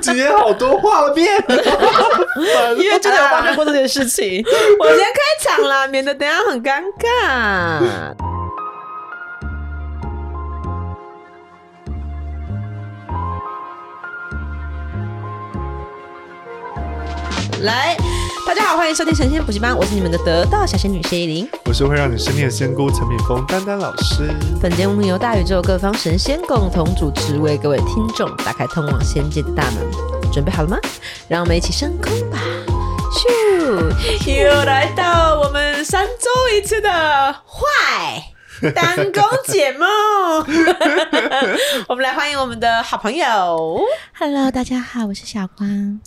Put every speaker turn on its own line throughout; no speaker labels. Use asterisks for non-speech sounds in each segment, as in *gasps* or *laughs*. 今天好多画面，
*laughs* *laughs* 因为真的有发生过这件事情。 *laughs* 我先开场啦，免得等一下很尴尬。来，大家好，欢迎收听神仙补习班，我是你们的得道小仙女谢依霖。
我是会让你失恋的仙姑陈敏峰丹丹老师。
本节目由大宇宙各方神仙共同主持，为各位听众打开通往仙界的大门。准备好了吗？让我们一起升空吧！咻，又来到我们三周一次的坏单工解 *laughs* 梦。我们来欢迎我们的好朋友
Hello，大家好，我是小光。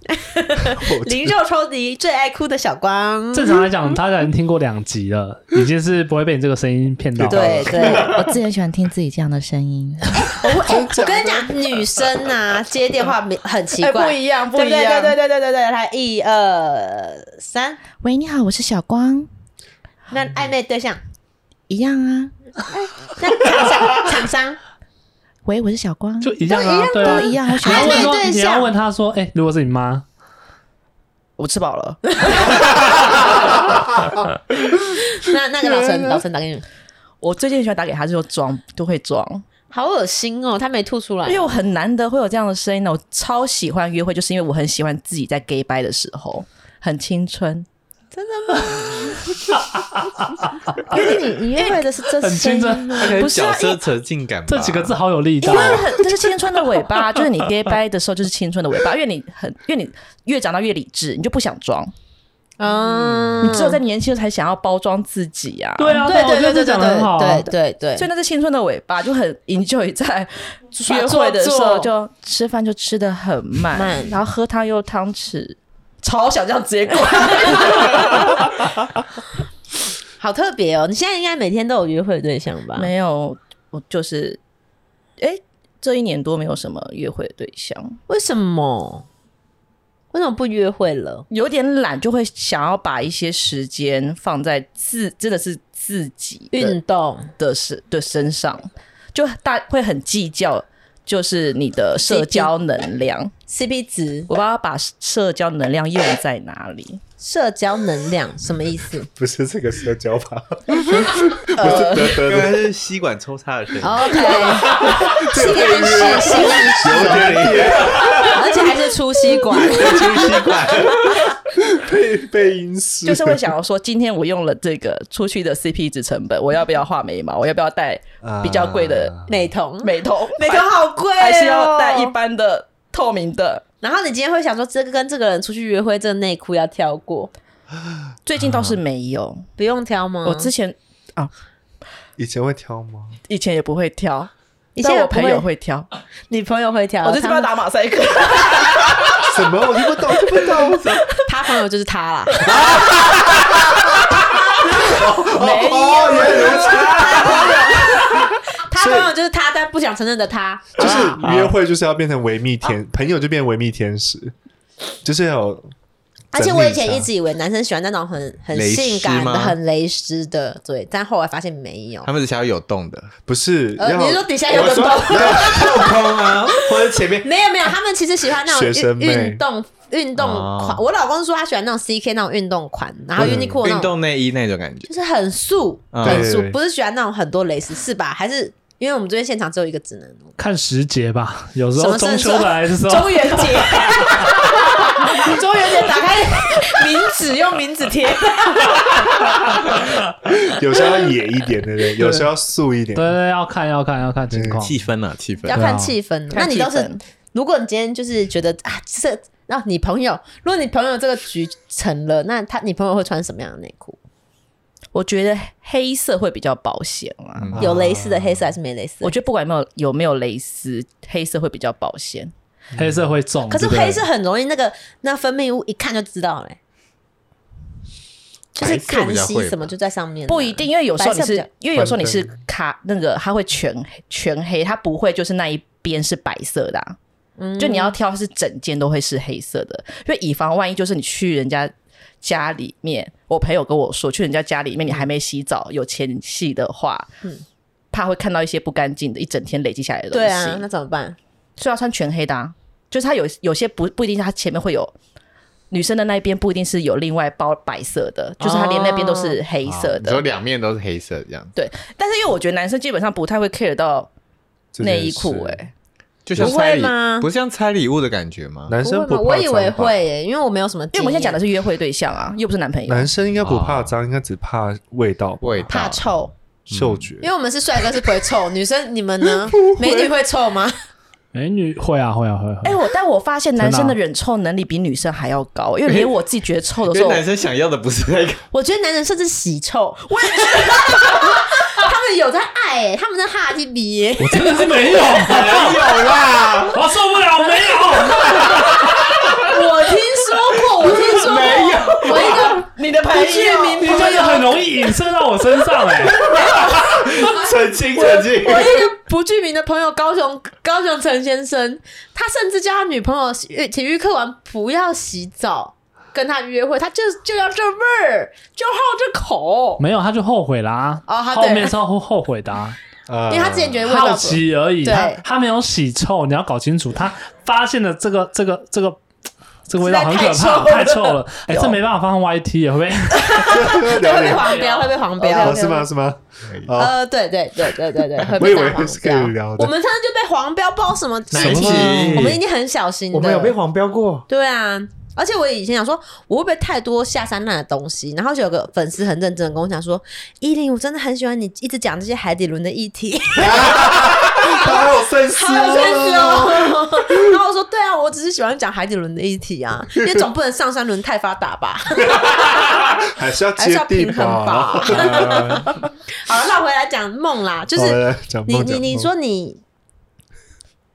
灵肉抽敌最爱哭的小光。
正常来讲，他已经听过两集了，已经是不会被你这个声音骗到。
对， *laughs* 对，
我自己很喜欢听自己这样的声音，
我跟你讲，女生呐、接电 *laughs* 话没很奇
哎，
怪，
不一样，不
对
一
不对？
样，
对对对对对对，来一二三，
*laughs* 喂，你好，我是小光，
那暧昧对象，
一样啊。
那厂商，厂商，
喂，我是小光，
就一样啊，对啊
都，一样。我喜
你要
欢
问说
*laughs* 暧昧对，
你
象
要问他说，哎，如果是你妈，
我吃饱了， *laughs*
那那个老陈，老陈打给你们，
我最近喜欢打给他，就装都会装，
好恶心哦，他没吐出来
因为我很难得会有这样的声音呢。我超喜欢约会，就是因为我很喜欢自己在 gay 拜的时候很青春，
因为你你约会的是这
很
声
青
音
春，
吗？
不
是
角
啊
色扯近感吧，
*laughs* 这几个字好有力
因
道啊
为。很这是青春的尾巴， *laughs* 就是你 gay 拜的时候就是青春的尾巴，因为你很因为你越长大越理智，你就不想装，
嗯
你只有在年轻的时候才想要包装自己呀、
对。啊，
对
啊我
对
觉
对
得
对
这讲的很好啊。
对对对
所
对，
以那是青春的尾巴，就很 enjoy 在
耍
约会的时
做作
候，就吃饭就吃的很慢，
慢
然后喝汤又汤匙，超想这样直接过。
好特别哦。你现在应该每天都有约会对象吧？
没有，我就是，哎、这一年多没有什么约会的对象，
为什么？为什么不约会了？
有点懒，就会想要把一些时间放在自，真的是自己的
运动
的身的身上，就大会很计较。就是你的社交能量，
CP 值、
我不知道把社交能量用在哪里。
社交能量什么意思？
不是这个社交
*laughs*
吧？
呃，
*laughs*
应该是
*laughs*
吸管抽插的声音，
哦 OK，吸管是吸管是，
有点厉害，
*laughs* 而且还是粗吸管。
就是吸管配配音师，
就是会想要说，今天我用了这个出去的 CP 值成本，我要不要画眉毛？我要不要戴比较贵的
美瞳，
美
*laughs*
瞳？
美瞳好贵哦
还是要戴一般的透明的？
然后你今天会想说，这个跟这个人出去约会，这个内裤要挑过，
最近倒
啊
是没有，
不用挑吗？
我之前
以前会挑吗？
以前也不会挑，
以前
但
也
我
不会哦
朋友会挑，
你朋友会挑，啊
我就是
他
帮他打马 *laughs* 赛克。
什么？我听不懂，听
*laughs*
不懂。
他朋友就是他
*laughs*
啦。啊
没有，哦原来如此。
他朋友就是他，但不想承认的他。啊
就是约会就是要变成维密天，朋友就变维密天使，就是要有。
而且我以前一直以为男生喜欢那种很很
蕾丝
性感的、
吗
很蕾丝的，对，但后来发现没有
他。们只想要有洞的，
不是，
呃，
要
你是说底下有个洞？
后空啊， *laughs* 或者前面
没有没有，他们其实喜欢那
学生
种运
妹
运动运动款。
哦
我老公说他喜欢那种 CK 那种运动款，然后 Uniqlo 那
运
种
动内衣那种感觉，
就是很素
嗯
很素
对对，对
不是喜欢那种很多蕾丝是吧？还是因为我们这边现场只有一个直男哦，
看时节吧，有时
什
候
么
中
圣
秋
诞
的来的时候，
中元节，中元节打开名纸用名纸贴，
有时候要野一点，对
*laughs*
不对？有时候要素一点。
对对对，要看要看要看情况。
气氛啊，气氛
要。看气氛。那
看
你
气
都是
氛，
如果你今天就是觉得啊，这那、你朋友，如果你朋友这个局成了，那他你朋友会穿什么样的内裤？
*laughs* 我觉得黑色会比较保险啊。
嗯
有蕾丝的黑色还是没蕾丝？
我觉得不管有没有有没有蕾丝，黑色会比较保险。
黑色会重，
可是
对不对
黑色很容易那个那分泌物一看就知道了欸、就是
白色
看
比较
息
会
什么
吧
就在上面啊，
不一定，因为有时候你
白色比较
是因为有时候你是
混
卡那个，它会全黑全黑，它不会就是那一边是白色的、啊，
嗯
就你要挑是整件都会是黑色的，因为以防万一，就是你去人家家里面，我朋友跟我说，去人家家里面你还没洗澡，有前
嗯
戏的话，怕会看到一些不干净的，一整天累积下来的东西。
对啊，那怎么办？
所以要穿全黑的、啊。就是它有有些不不一定是它前面会有女生的那一边不一定是有另外包白色的，就是它连那边都是黑
啊
色
只有
的。
两面都是黑色，这样
但是因为我觉得男生基本上不太会 care 到
这件
内衣裤、
事
哎、
欸
就像
不会
拆礼
吗，
不是像拆礼物的感觉吗？
男生
不会吗？
怕
我以为
脏吧
会、，欸耶，因为我没有什么
因为
经验。
我们现在讲的是约会对象啊，又不是男朋友。
男生应该不怕脏，应该只怕味道吧、
味道
怕臭，
嗅觉
嗯因。为我们是帅哥是不会臭，女生你们呢？美女会臭吗？
美女会啊会啊会啊，
哎、
会啊
我但我发现男生
真的啊
的忍臭能力比女生还要高，因为连我自己觉得臭的时啊
因
候，
为男生想要的不是那个，
我觉得男人甚至洗臭，我也觉得他们有在爱、耶，他们在哈基比、耶。
我真的是没有，
*laughs* 有啦，
我受不了，没有。
我听说过，我听说过，我一个
你的朋
不具名
你
朋
真的
友，
很容易影射到我身上哎、
澄清澄清，
我一个不具名的朋友，高雄高雄陈先生，他甚至叫他女朋友呃体育课完不要洗澡，跟他约会，他就就要这味儿，就好这口，
没有，他就后悔啦、
哦他
后
对
面是后后悔的、啊，
呃
因为他之前觉得味
好
道不。
奇而已。
对
他他没有洗臭，你要搞清楚，他发现了这个这个这个。这个味道很可
实在
怕，太
太 *laughs*
臭了！哎、这没办法放上 YT 也会哎被
会
*laughs*
被
聊点
黄标，会被黄标。
哦，是吗？是吗？哦，
呃，对对对对对
*laughs*
对，会
我
被
以
打
为
黄
是可
标
以。聊
我
的。
们上次就被黄标，不知道什么
哪一集
我们已经很小心的。
黄标过，
对啊，而且我以前想说，我会不会太多下三滥的东西？然后就有个粉丝很认真的跟我讲说：“依琳，我真的很喜欢你一直讲这些海底轮的议
*laughs*
题，
他好有深思
好有意思哦。” *laughs* 然后我说：“对啊，我只是喜欢讲海底轮的议题啊，因为总不能上三轮太发达
*laughs*
吧，
还是要
还是
接
要
地
平衡吧。”
*laughs* 吧。
好了，那回来讲梦啦，就
好
是
了讲
你
梦
你
讲
你
梦
说你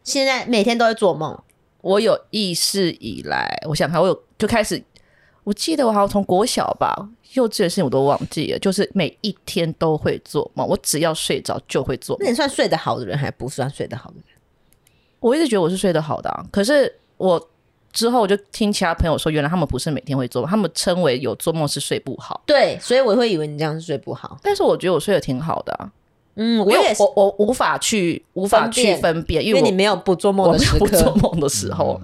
现在每天都会做梦，
我有意识以来，我想看，我有就开始，我记得我好像从国小吧，幼稚的事情我都忘记了，就是每一天都会做梦，我只要睡着就会做
那你
梦。
算睡得好的人，还不算睡得好的人？
我一直觉得我是睡得好的、啊，可是我之后我就听其他朋友说，原来他们不是每天会做梦，他们称为有做梦是睡不好，
对，所以我会以为你这样是睡不好。
但是我觉得我睡得挺好的、啊，
嗯，
因
我
为
也是，
我我无法去无法
分
去
辨
分辨，因
因
为
为
我
你没有不做梦
我
的
没
时
有
刻
不，做梦的时候，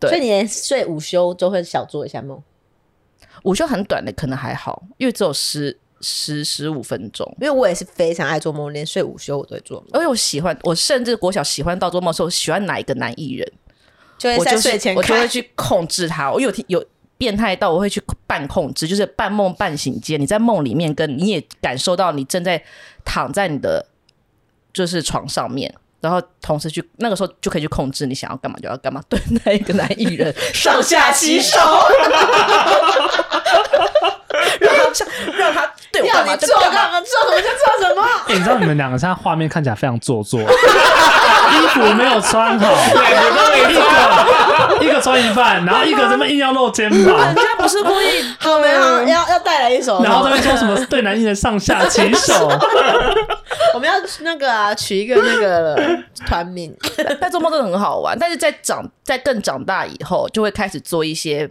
对
所以你连睡午休都会小做一下梦。
午休很短的可能还好，因为只有十十十五分钟。
因为我也是非常爱做梦，连睡午休我都会做梦，
而且我喜欢，我甚至国小喜欢到做梦的时候，喜欢哪一个男艺人，
就会
我
在
就是
睡前
我就
看
会去控制他。我有听有变态到我会去半控制，就是半梦半醒间，你在梦里面跟你也感受到你正在躺在你的就是床上面。然后同时去那个时候就可以去控制你想要干嘛就要干嘛，对那一个男艺人上下其手，
*laughs*
让他上让他对我
要
干嘛
你
就
做
干嘛
干嘛做什么就做什么。
哎你知道你们两个现在画面看起来非常做作，衣服没有穿好，一个一个穿一半，然后一个这么硬要露肩膀，
*laughs*
人家不是故意
*laughs* 好，没有要要带来一首，
然后在那边说什么对男艺人上下其
*laughs*
手，哎
我们要那个啊，取一个那个团名，
但做梦真的很好玩，但是在长在更长大以后，就会开始做一些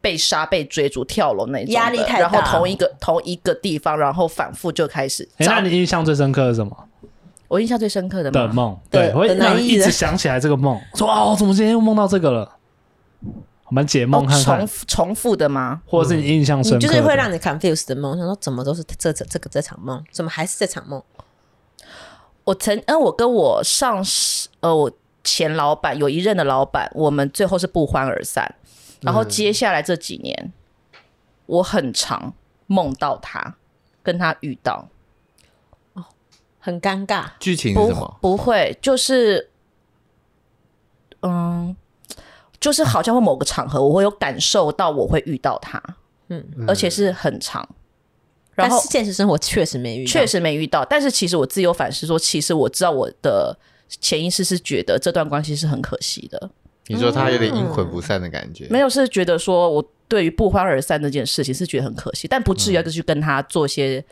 被杀、被追逐、跳楼那种的
压力太大
然后同一个同一个地方，然后反复就开始。
哎、那
长
你印象最深刻是什么
我印象最深刻的
的
嘛，
梦？对，
的
会
的
让
男
你
艺
一
人
直想起来这个梦，说哦，怎么今天又梦到这个了？我们解梦
哦
看看，
重复重复的吗？
或者是你印象深
你
刻的，
就是会让你 confused 的梦，想说怎么都是这这这个这场梦，怎么还是这场梦？
我曾，嗯，我跟我上司，呃，我前老板有一任的老板，我们最后是不欢而散。
嗯
然后接下来这几年，我很常梦到他，跟他遇到。
很尴尬，
剧情是
不
什么？
不会，就是，嗯，就是好像会某个场合，我会有感受到我会遇到他，
嗯，
而且是很长。然
但
后
是现实生活确实没遇到，
确实没遇到，但是其实我自由反思说，其实我知道我的潜意识是觉得这段关系是很可惜的，
你说他有点阴魂不散的感觉，
嗯没有是觉得说我对于不欢而散这件事情是觉得很可惜，但不至于要去跟他做些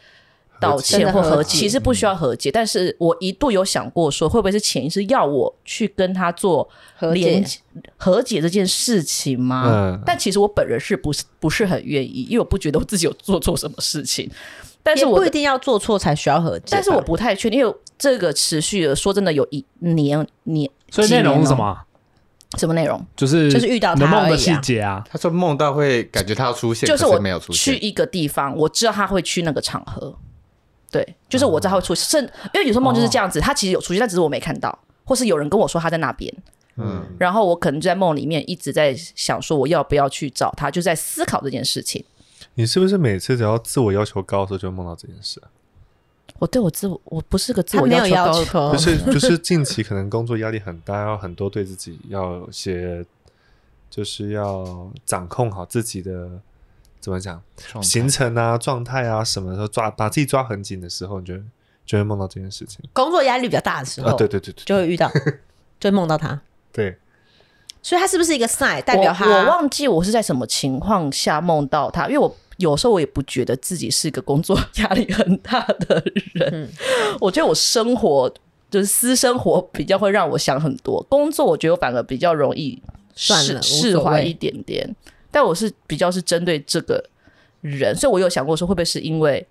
道
真
歉
的
或
和
和
解
解，其实不需要和解。但是我一度有想过说，会不会是潜意识要我去跟他做
和
连
解。
和解这件事情吗？
嗯
但其实我本人是不是不是很愿意，因为我不觉得我自己有做错什么事情，但是
也
我
不一定要做错才需要和解吧，
但是我不太确定，因为这个持续了，说真的有一年年，
所以
几
内容
年
是
哦
什么？
什么内容？
就是
就是遇到他
能梦
而已啊
的细节啊，
他说梦到会感觉他要出现，
就是
可
我
没有出
去
现。
一个地方，我知道他会去那个场合，对，就是
哦
我知道他会出现，甚因为有时候梦就是这样子，他其实有出现，但只是我没看到，或是有人跟我说他在那边，
嗯，
然后我可能就在梦里面一直在想说我要不要去找他，就在思考这件事情。
你是不是每次只要自我要求高的时候，就会梦到这件事啊？
我对我自我，我不是个自
他
我
没有
求
要
高的，
求
不，是，就是近期可能工作压力很大，要很多对自己要有些，就是要掌控好自己的怎么讲
状态
行程啊、状态啊什么的时候抓把自己抓很紧的时候，你就会就会梦到这件事情
工作压力比较大的时
啊
候，。
对对对对
就会遇到，就会梦到他。
对，
所以他是不是一个 sign 代表他？
我我忘记我是在什么情况下梦到他，因为我有时候我也不觉得自己是个工作 *laughs* 压力很大的人，
嗯
我觉得我生活就是私生活比较会让我想很多，工作我觉得我反而比较容易
算
释
了无所
释怀
谓
一点点，但我是比较是针对这个人，所以我有想过说会不会是因为。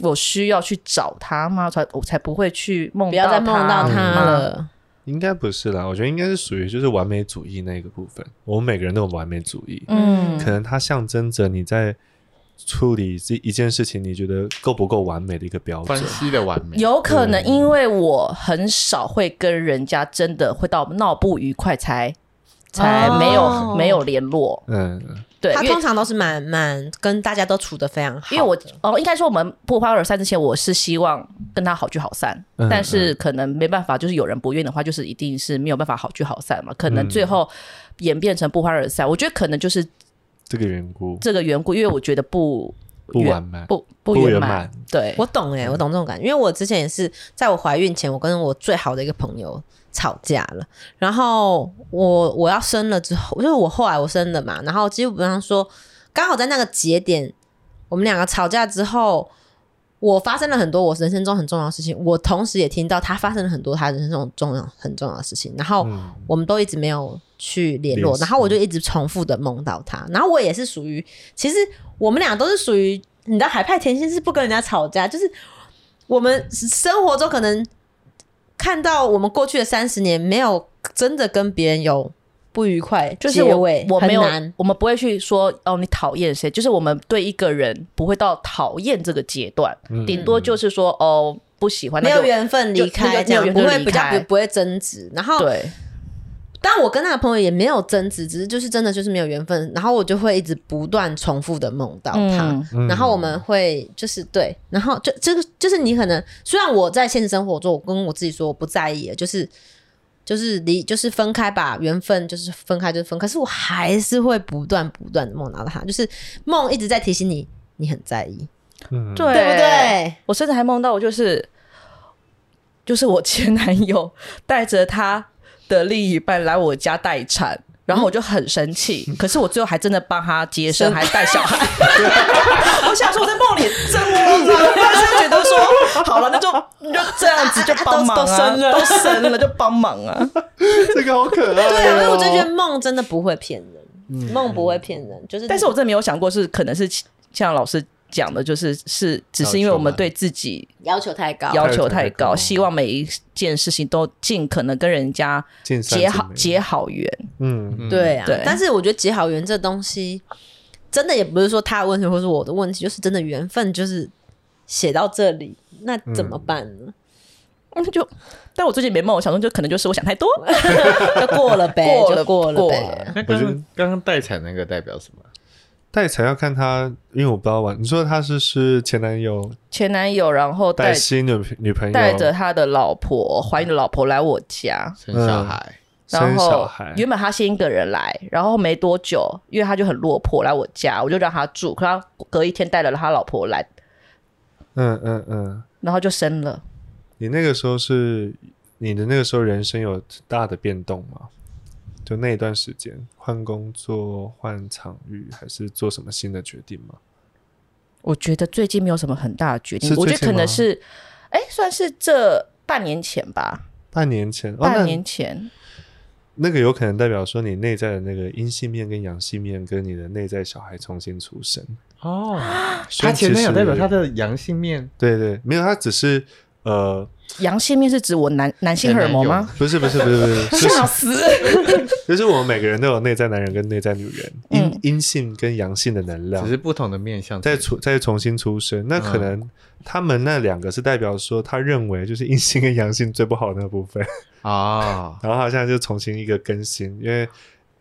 我需要去找他吗？才我才不会去梦嗯
不要再梦到他
吗。
了。
应该不是啦，我觉得应该是属于就是完美主义那个部分。我们每个人都有完美主义，
嗯，
可能它象征着你在处理这一件事情，你觉得够不够完美的一个标
关
准。
系的完美，
有可能因为我很少会跟人家真的会到闹不愉快才才
哦
没有、没有联络，
嗯，
对，
他
因
通
为
常都是蛮蛮跟大家都处的非常好，
因为我哦，应该说我们不欢而散之前，我是希望跟他好聚好散，
嗯
但是可能没办法，就是有人不愿的话，就是一定是没有办法好聚好散嘛，可能
嗯
最后演变成不欢而散。我觉得可能就是
这个缘故
这个缘故，因为我觉得不
不
圆
完美，
不不
不
圆
圆
满，
满
对，
我懂哎、我懂这种感觉，因为我之前也是在我怀孕前，我跟我最好的一个朋友吵架了，然后我我要生了之后，就是我后来我生了嘛，然后基本上说刚好在那个节点，我们两个吵架之后，我发生了很多我人生中很重要的事情，我同时也听到他发生了很多他人生中重要很重要的事情，然后
嗯
我们都一直没有去联络
联，系
然后我就一直重复的梦到他，然后我也是属于，其实我们俩都是属于，你知道海派甜心是不跟人家吵架，就是我们生活中可能看到我们过去的三十年没有真的跟别人有不愉快，
就是我
结尾
我没有
很难，
我们不会去说哦，你讨厌谁，就是我们对一个人不会到讨厌这个阶段，
嗯
顶多就是说哦不喜欢，
没
那
有
就
缘分
就
离开，
那就
这样
没有缘
不
分
会
离
比较
开
不不会争执，然后
对，
但我跟那个朋友也没有争执，只是就是真的就是没有缘分，然后我就会一直不断重复的梦到他。
嗯
嗯
然后我们会就是对，然后就这个就是你可能虽然我在现实生活中，我跟我自己说我不在意了，就是就是离就是分开吧，缘分就是分开就是分开，可是我还是会不断不断的梦到他，就是梦一直在提醒你，你很在意，
嗯
对
对不？对？
我甚至还梦到我就是就是我前男友带着他的另一半来我家待产。然后我就很生气，可是我最后还真的帮他接生，还
*laughs*
带小孩。我想说，我在梦里真梦到，但是觉得说，好了，那就那就这样子，就帮忙
都
啊，
都生了
都生了就帮忙啊。
*laughs*
这个好可爱、哦。
对啊，因为我真觉得梦真的不会骗人。梦不会骗人，就是
但是我真的没有想过是，可能是像老师讲的，就是是只是因为我们对自己
要求太高，
要求太
太高
高，希望每一件事情都尽可能跟人家
见山
结
就
好
没
结好缘。
嗯，
对啊，
对
但是我觉得结好缘这东西，真的也不是说他的问题，或是我的问题，就是真的缘分就是写到这里，那怎么办呢？
嗯，就但我最近没梦，我想说就可能就是我想太多。
就过了呗，
过了
就过了
过
呗
了。
那
我
刚
觉得
刚刚刚待产那个代表什么？
代才要看他，因为我不知道玩。你说他是是前男友
*laughs* 前男友，然后带
带新女女朋友
带着他的老婆，怀孕的老婆来我家，
生小孩，
然
生小
后
孩，
原本他先一个人来，然后没多久，因为他就很落魄来我家，我就让他住，可他隔一天带了他老婆来，
嗯嗯嗯，
然后就生了。
你那个时候是你的那个时候人生有大的变动吗？就那一段时间，换工作、换场域，还是做什么新的决定吗？
我觉得最近没有什么很大的决定
是，
我觉得
最近
可
吗
能是，哎，算是这半年前吧，
半年前，哦、
半
那
年前，
那个有可能代表说你内在的那个阴性面跟阳性面，跟你的内在小孩重新出生。
哦，
所以
他前男友
其实
代表他的阳性面，
对对，没有，他只是呃，
阳性面是指我男男性荷尔蒙吗？
不是不是不是不
*laughs*
是，就是
笑死！
*laughs* 就是我们每个人都有内在男人跟内在女人，
嗯
阴阴性跟阳性的能量
只，是不同的面相。
再出再重新出生，那可能他们那两个是代表说，他认为就是阴性跟阳性最不好的那部分， *laughs*
啊，
然后好像就重新一个更新，因为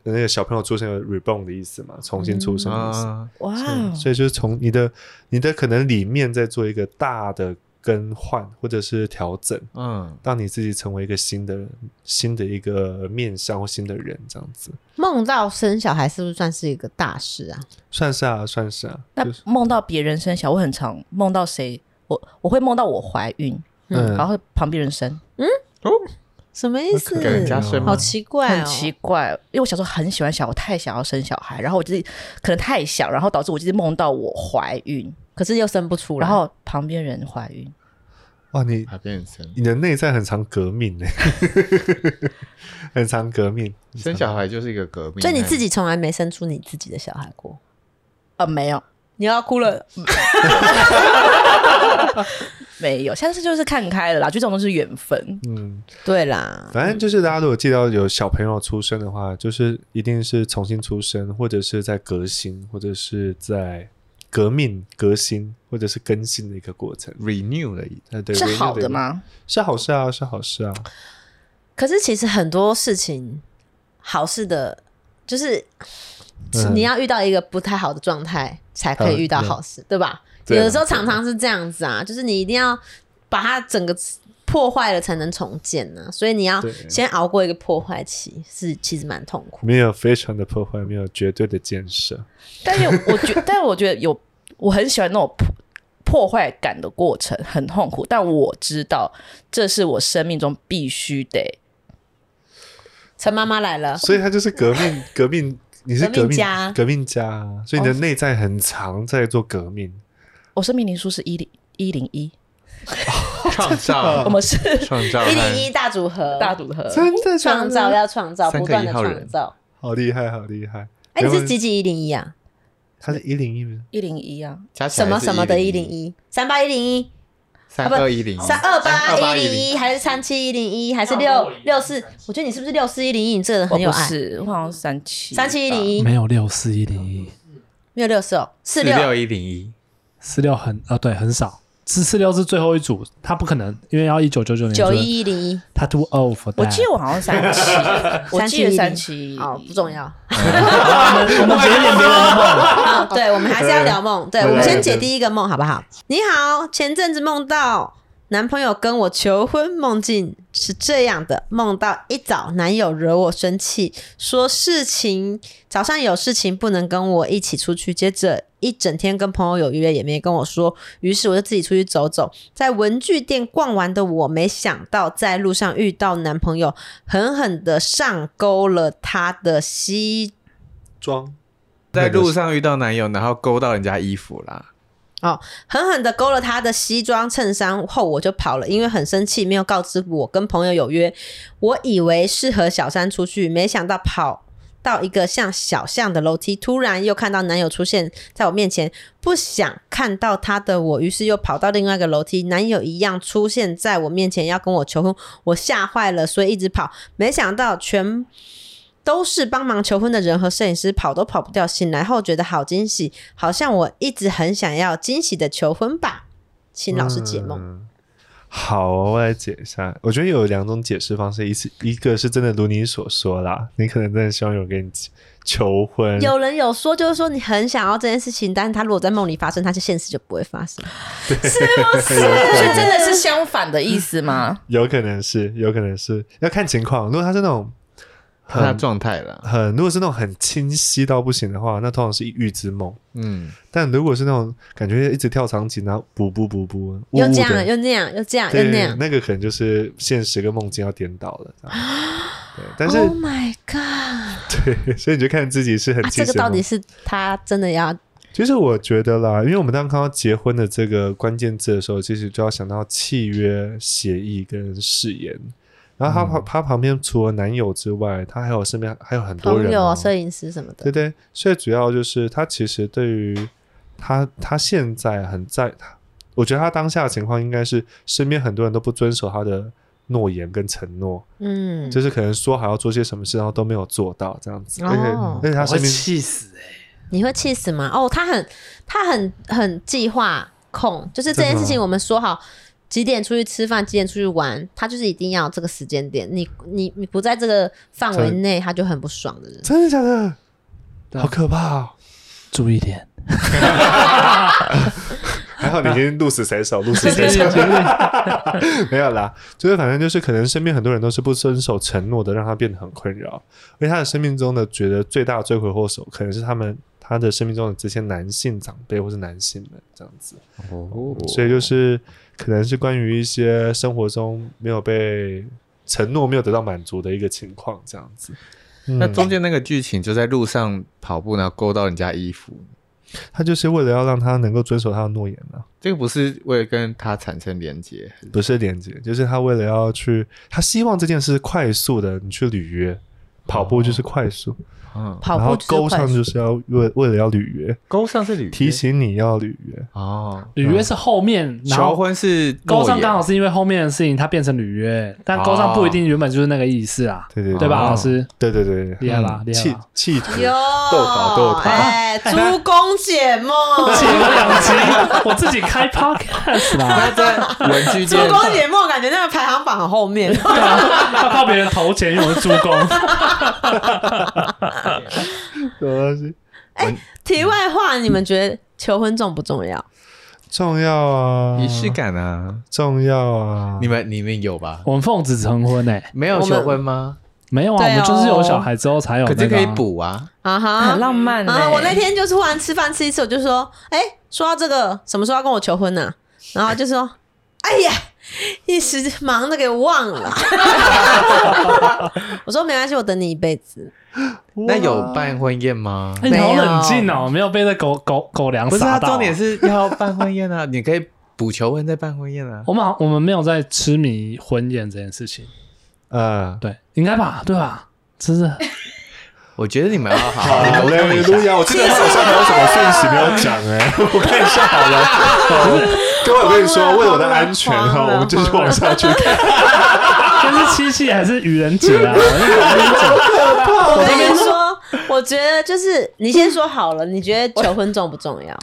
那个小朋友出生有 reborn 的意思嘛，重新出生的意思，
啊
哇哦
嗯所以就是从你的你的可能里面在做一个大的更换或者是调整，
嗯，
让你自己成为一个新的新的一个面向或新的人这样子，
梦到生小孩是不是算是一个大事啊？
算是啊算是啊，
那
就是
梦到别人生小，我很常梦到谁，我我会梦到我怀孕，
嗯
然后旁边人生，
什么意思？
那可
给人家生
好
吗？
奇怪
很
哦！
奇怪。因为我小时候很喜欢小孩，我太想要生小孩，然后我就是可能太想，然后导致我就是梦到我怀孕，
可是又生不出来。
然后旁边人怀孕，
哇你
还变成
你的内在很常革命呢、 *laughs* 很常革命。
生小孩就是一个革命，
所以你自己从来没生出你自己的小孩过，
呃，没有
你要哭了。
没有，下次就是看开了啦，就这种东西是缘分。
嗯，
对啦，
反正
嗯
就是大家如果记到有小朋友出生的话，就是一定是重新出生，或者是在革新，或者是在革命、革新，或者是更新的一个过程。
renew 了一，
呃，对，
是
我一定
好
得
的？吗？
是好事啊，是好事啊。
可是其实很多事情，好事的，就是、
嗯
你要遇到一个不太好的状态，才可以遇到好事，对吧？
对啊
有的时候常常是这样子啊，就是你一定要把它整个破坏了才能重建呢、所以你要
对
先熬过一个破坏期，是其实蛮痛苦。
没有非常的破坏，没有绝对的建设。
但是我
*laughs*
觉，但我觉得有，我很喜欢那种破破坏感的过程，很痛苦。但我知道这是我生命中必须得，
陈妈妈来了，
所以他就是
*laughs*
革命，革命，你是革
革命
命
家哦啊
革命家啊，所以你的内在很常在做革命。
我生命灵数是一零一零一，
创
*laughs*
造
我们是
创造
一零一大组合，
大组
哦
合，
真的假的
创造要创造，
三
不
个
断的
一号人
创造。
好厉害，好厉害！
哎、你
没
是
关系
几几一零一啊？
他是一零一吗？
一零一啊，
加起
什
来
么什么的一
一
零一，三八一零一，
三二一零
三二八一零
一
一，还是三七一零一，还是六六四？我觉得你是不是六四一零一？你这个人
我
很有
不
爱，
是，我好像三七
三七一零一
没有六四一零一，
没有六四哦，四
四
六
六一零一，
四六很啊，对，很少。四四六是最后一组，他不可能，因为要一九九九年
九
出生
一一零一。
他 too old for
我
that
记得我好像三七，我记得三七，
哦，不重要。
我们我们只是演别人的梦，
好， *laughs* 对，我们还是要聊梦。对，
对
我们先
对
解
对
第一个梦，好不好？你好，前阵子梦到男朋友跟我求婚，梦境是这样的：梦到一早男友惹我生气，说事情早上有事情不能跟我一起出去，接着。一整天跟朋友有约，也没跟我说，于是我就自己出去走走。在文具店逛完的我，没想到在路上遇到男朋友，狠狠的上勾了他的西
装
在路上遇到男友，然后勾到人家衣服啦，
狠狠的勾了他的西装衬衫后，我就跑了，因为很生气，没有告知我跟朋友有约。我以为是和小三出去，没想到跑到一个像小巷的楼梯，突然又看到男友出现在我面前，不想看到他的我，于是又跑到另外一个楼梯，男友一样出现在我面前要跟我求婚，我吓坏了，所以一直跑，没想到全。都是帮忙求婚的人和摄影师跑都跑不掉，醒来后觉得好惊喜，好像我一直很想要惊喜的求婚吧，请老师解梦。
嗯好，我来解一下。我觉得有两种解释方式，一次一个是真的如你所说啦，你可能真的希望有人给你求婚，
有人有说，就是说你很想要这件事情，但是他如果在梦里发生，他就现实就不会发生。
哦
所以真的是相反的意思吗？
有可能是，有可能是要看情况。如果他是那种
看他
很
状态啦，
很，如果是那种很清晰到不行的话，那通常是一遇之梦。
嗯，
但如果是那种感觉一直跳场景，然后补补补补，呜
又
呜
这
的
样，又那样，又这样，又
对
那样。
那个可能就是现实跟梦境要颠倒了。这样对，但是、 *laughs*
Oh my god！
对，所以你就看自己是很
啊，
清
这个
醒的
到
梦。
底是他真的要
其实我觉得啦，因为我们当看到结婚的这个关键字的时候，其实就要想到契约、协议跟誓言。然后他
嗯
旁、他旁边除了男友之外，他还有身边还有很多
朋
人、
友啊、
哦，
摄影师什么的
对？对，所以主要就是他其实对于他他现在很在他，我觉得他当下的情况应该是身边很多人都不遵守他的诺言跟承诺，
嗯，
就是可能说好要做些什么事，然后都没有做到这样子。
哦
而且而且他
我会
身边
气死哎、
你会气死吗？哦，他很他很很计划控，就是这件事
真的
情
吗
我们说好。几点出去吃饭？几点出去玩？他就是一定要这个时间点，你你你不在这个范围
真
内，他就很不爽的人。
真的假的？
对啊
好可怕、哦！
注意点，
还好你今天鹿死谁手，鹿死谁手。 *laughs* 没有啦，就是反正就是可能身边很多人都是不遵守承诺的，让他变得很困扰。而且他的生命中的觉得最大的罪魁祸首，可能是他们他的生命中的这些男性长辈或是男性们这样子。
哦，
所以就是可能是关于一些生活中没有被承诺、没有得到满足的一个情况这样子。
那
嗯
中间那个剧情就在路上跑步，然后勾到人家衣服，
他就是为了要让他能够遵守他的诺言啊，
这个不是为了跟他产生连接，
不是连接，就是他为了要去，他希望这件事快速的，你去履约，跑步就是快速，
嗯，
跑
然
步
后
就是
勾
快
上
速，
就是要为为了要履约，
勾上是旅
提醒你要履约。
哦，
履约是后面，然
求
后
婚是
高上刚好
好
是因为后面的事情，它变成履约，但高上不一定原本就是那个意思啊，
对对
对吧，
哦
老师？
对对对，
厉害吧
嗯
厉害
企
吧
企
*laughs*
图
哟，
斗法斗法
哎，珠公解
*laughs*
梦，
前两集我自己开 podcast 啦，
文
*laughs*
具
珠
店，
公解梦，感觉那个排行榜很后面。
对啊要靠别人投钱，因为我是助攻。
什么东西
题外话，你们觉得求婚重不重要？
重要啊？
仪式感啊，
重要啊？
你们你们有吧？
我们奉子成婚诶，
没有
我们
求婚吗？
没有啊，
对
我
哦
们就是有小孩之后才有那
可
个
是
啊。
可以补啊，
啊哈，
很浪漫呢、
啊！我那天就突然吃饭吃一次，我就说，哎、说到这个，什么时候要跟我求婚呢、啊然后就说， *laughs* 哎呀，一时忙的给忘了。 *laughs* 我说没关系，我等你一辈子。
那有办婚宴吗？
哎，你好
没有
冷静哦，没有被这狗狗狗粮
不是，
撒
啊，
到啊。
重点是要办婚宴啊，你可以补求婚再办婚宴啊。
我们好，我们没有在痴迷婚宴这件事情，
呃，
对，应该吧，对吧？真是
我觉得你们要好
好
好地沟通
嘞，
一下
路亚，我记得他好像还有什么讯息没有讲哎、 *laughs* 我看一下好了。
*laughs*
好各位，我跟你说，为了我的安全哈，我们继续往下去看。
这是七夕还是愚人节
*laughs*
啊？
我跟你说，我觉得就是你先说好了，你觉得求婚重不重要？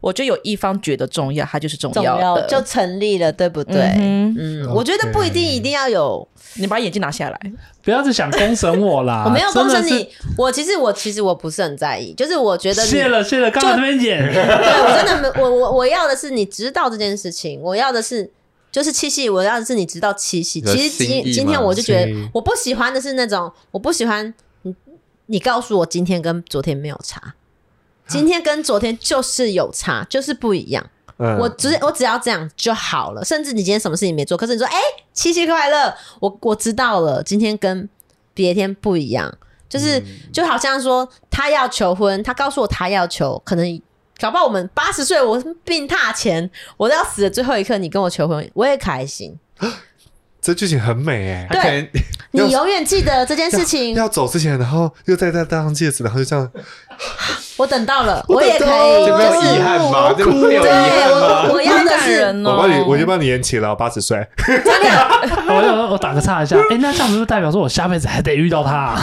我就有一方觉得重要，它就是重
重
要
要
的。
就成立了，对不对？
嗯哼
嗯，我觉得不一定一定要有
你把眼镜拿下来，
不要只想公审我啦！
*laughs* 我没有
啊真
公
的
审
是
你，我其实我其实我不是很在意，就是我觉得你
谢了谢了，刚好这边演， *laughs*
对我真的没，我我我要的是你知道这件事情，我要的是就是七夕，我要的是你知道七夕。
有
其实
心意
今
吗
今天我就觉
心
得
意
我不喜欢的是那种，我不喜欢你你告诉我今天跟昨天没有差，今天跟昨天就是有差，就是不一样。
*laughs* 嗯
我只我只要这样就好了，甚至你今天什么事情没做，可是你说哎、七夕快乐，我我知道了，今天跟别天不一样，
嗯
就是、就好像说他要求婚，他告诉我他要求，可能搞不好我们八十岁，我病榻前，我要死的最后一刻，你跟我求婚，我也开心。
这剧情很美哎、
他可能
你
要
永远记得这件事情，
要走之前，然后又在那当戒指，然后就这样，
我等到了，我
我
也可
等到
以，
了
这没有
就
遗
是
憾吗？这没有遗
对
憾
我
吗？
我要
好
的
感
是
人哦。
我帮你，我就帮你延期了，八十岁。
我就我打个岔一下，哎，那这样子就代表说我下辈子还得遇到他啊，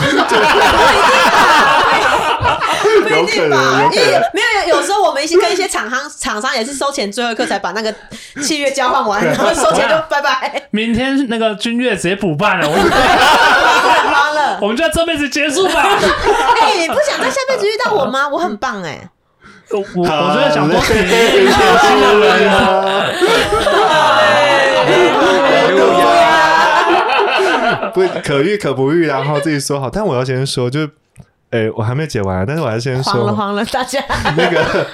不一定吧？
有可能有可能
因为没有有有时候我们一些跟一些厂商厂商也是收钱最后一刻才把那个契约交
*laughs*
换完，然后收钱就拜
*laughs*
拜，
明天那个君越直接补办了，我们
花了。
*laughs* 我们就要这辈子结束吧。
哎、你不想在下辈子遇到我吗？我很棒哎、
我我我就在想说，
谢谢
啊
了。哎
哎
路亚，
不可遇可不遇，然后自己说好。但我要先说，就是，哎、我还没解完，但是我还是先说，
慌了慌了，大家
那个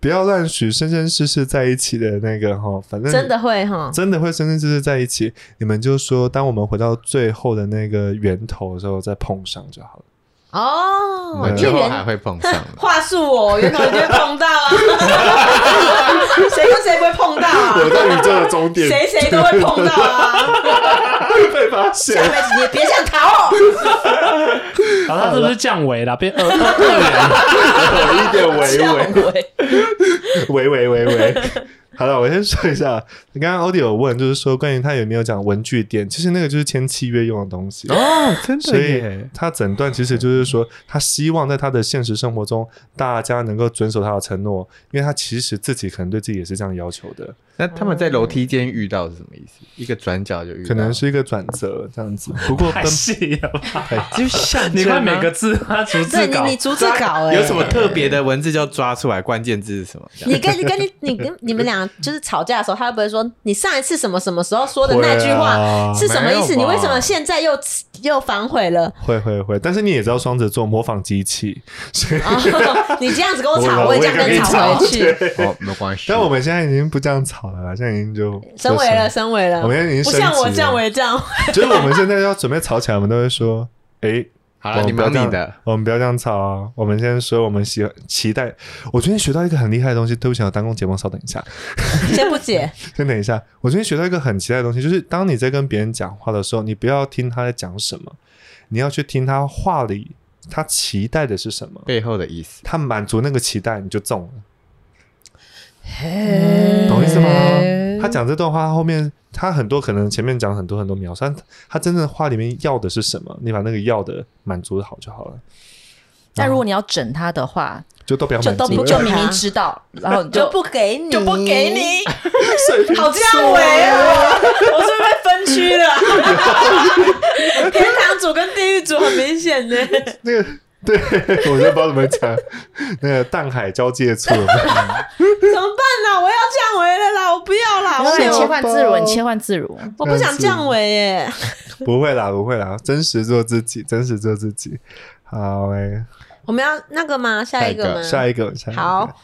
不要乱许生生世世在一起的那个哈，反正
真的会哈。
真的会生生世世在一起。你们就说，当我们回到最后的那个源头的时候，再碰上就好了。
我
哦，
们
因
最
为
后还
原
会碰上。啊
话术哦，源头就会碰到啊，谁跟谁不会碰到啊？
我在宇宙的终点
谁谁都会碰到啊！
被发现
下，辈子你也别想逃哦。
然后他是不是降维了，变二二
有一点微微 *laughs*
对，
微微微微。好了，我先说一下，你刚刚 Audi 有问，就是说关于他有没有讲文具店，其实那个就是签契约用的东西。
*laughs* 哦，真
所
的
以
耶！
他诊断其实就是说，他希望在他的现实生活中，大家能够遵守他的承诺，因为他其实自己可能对自己也是这样要求的，
那他们在楼梯间遇到是什么意思？一个转角就遇到，
可能是一个转折这样子。不过
太
奔
细了吧？
就像
你看每个字他逐字
对你
稿，
你逐字稿哎、
有什么特别的文字就要抓出来，关键字是什么？这样
你跟你跟你你跟你们俩就是吵架的时候，他会不会说你上一次什么什么时候说的那句
会
话
啊
是什么意思？
没
你
有吧
为什么现在又又反悔了？
会会会，但是你也知道双子座模仿机器，所以
哦， *laughs* 你这样子跟我吵，
我
我也这样跟你吵回去。
哦，没关系
但我们现在已经不这样吵了啦，现在已经就
升维了，，升维了，
我们现在已经
不像我
升级
这样，
了
我也这样。
*laughs* 就是我们现在要准备吵起来，我们都会
*laughs*
说，哎。
好
我
了，你
们不要
忙
这样
你的，，
我们不要这样吵啊！我们先说我们喜欢期待。我昨天学到一个很厉害的东西，对不起，啊我耽误节目，稍等一下，
先不解，
先等一下。我昨天学到一个很期待的东西，就是当你在跟别人讲话的时候，你不要听他在讲什么，你要去听他话里他期待的是什么，
背后的意思。
他满足那个期待，你就中了。懂意思吗？他讲这段话后面，他很多可能前面讲很多很多描述，但他真正话里面要的是什么？你把那个要的满足好就好了，
但如果你要整他的话，
就都不要
就
满
都
足
不
了，
就明明知道，然后你就
*laughs* 就不给你，
就不给。你，
*laughs* 水瓶
好降维 *laughs* 哦！我是不是被分区了，天堂组跟地狱组很明显呢。
那个，对 *laughs* 我就不知道怎么讲，那个淡海交界处， *laughs*
怎么办呢、我要降维了啦！我不要啦！
然后你
我
切换自如，你切换自如，
我不想降维耶。
不会啦，不会啦，真实做自己，真实做自己。好诶、
我们要那个吗？下一个吗？
下一个，下一个，
好，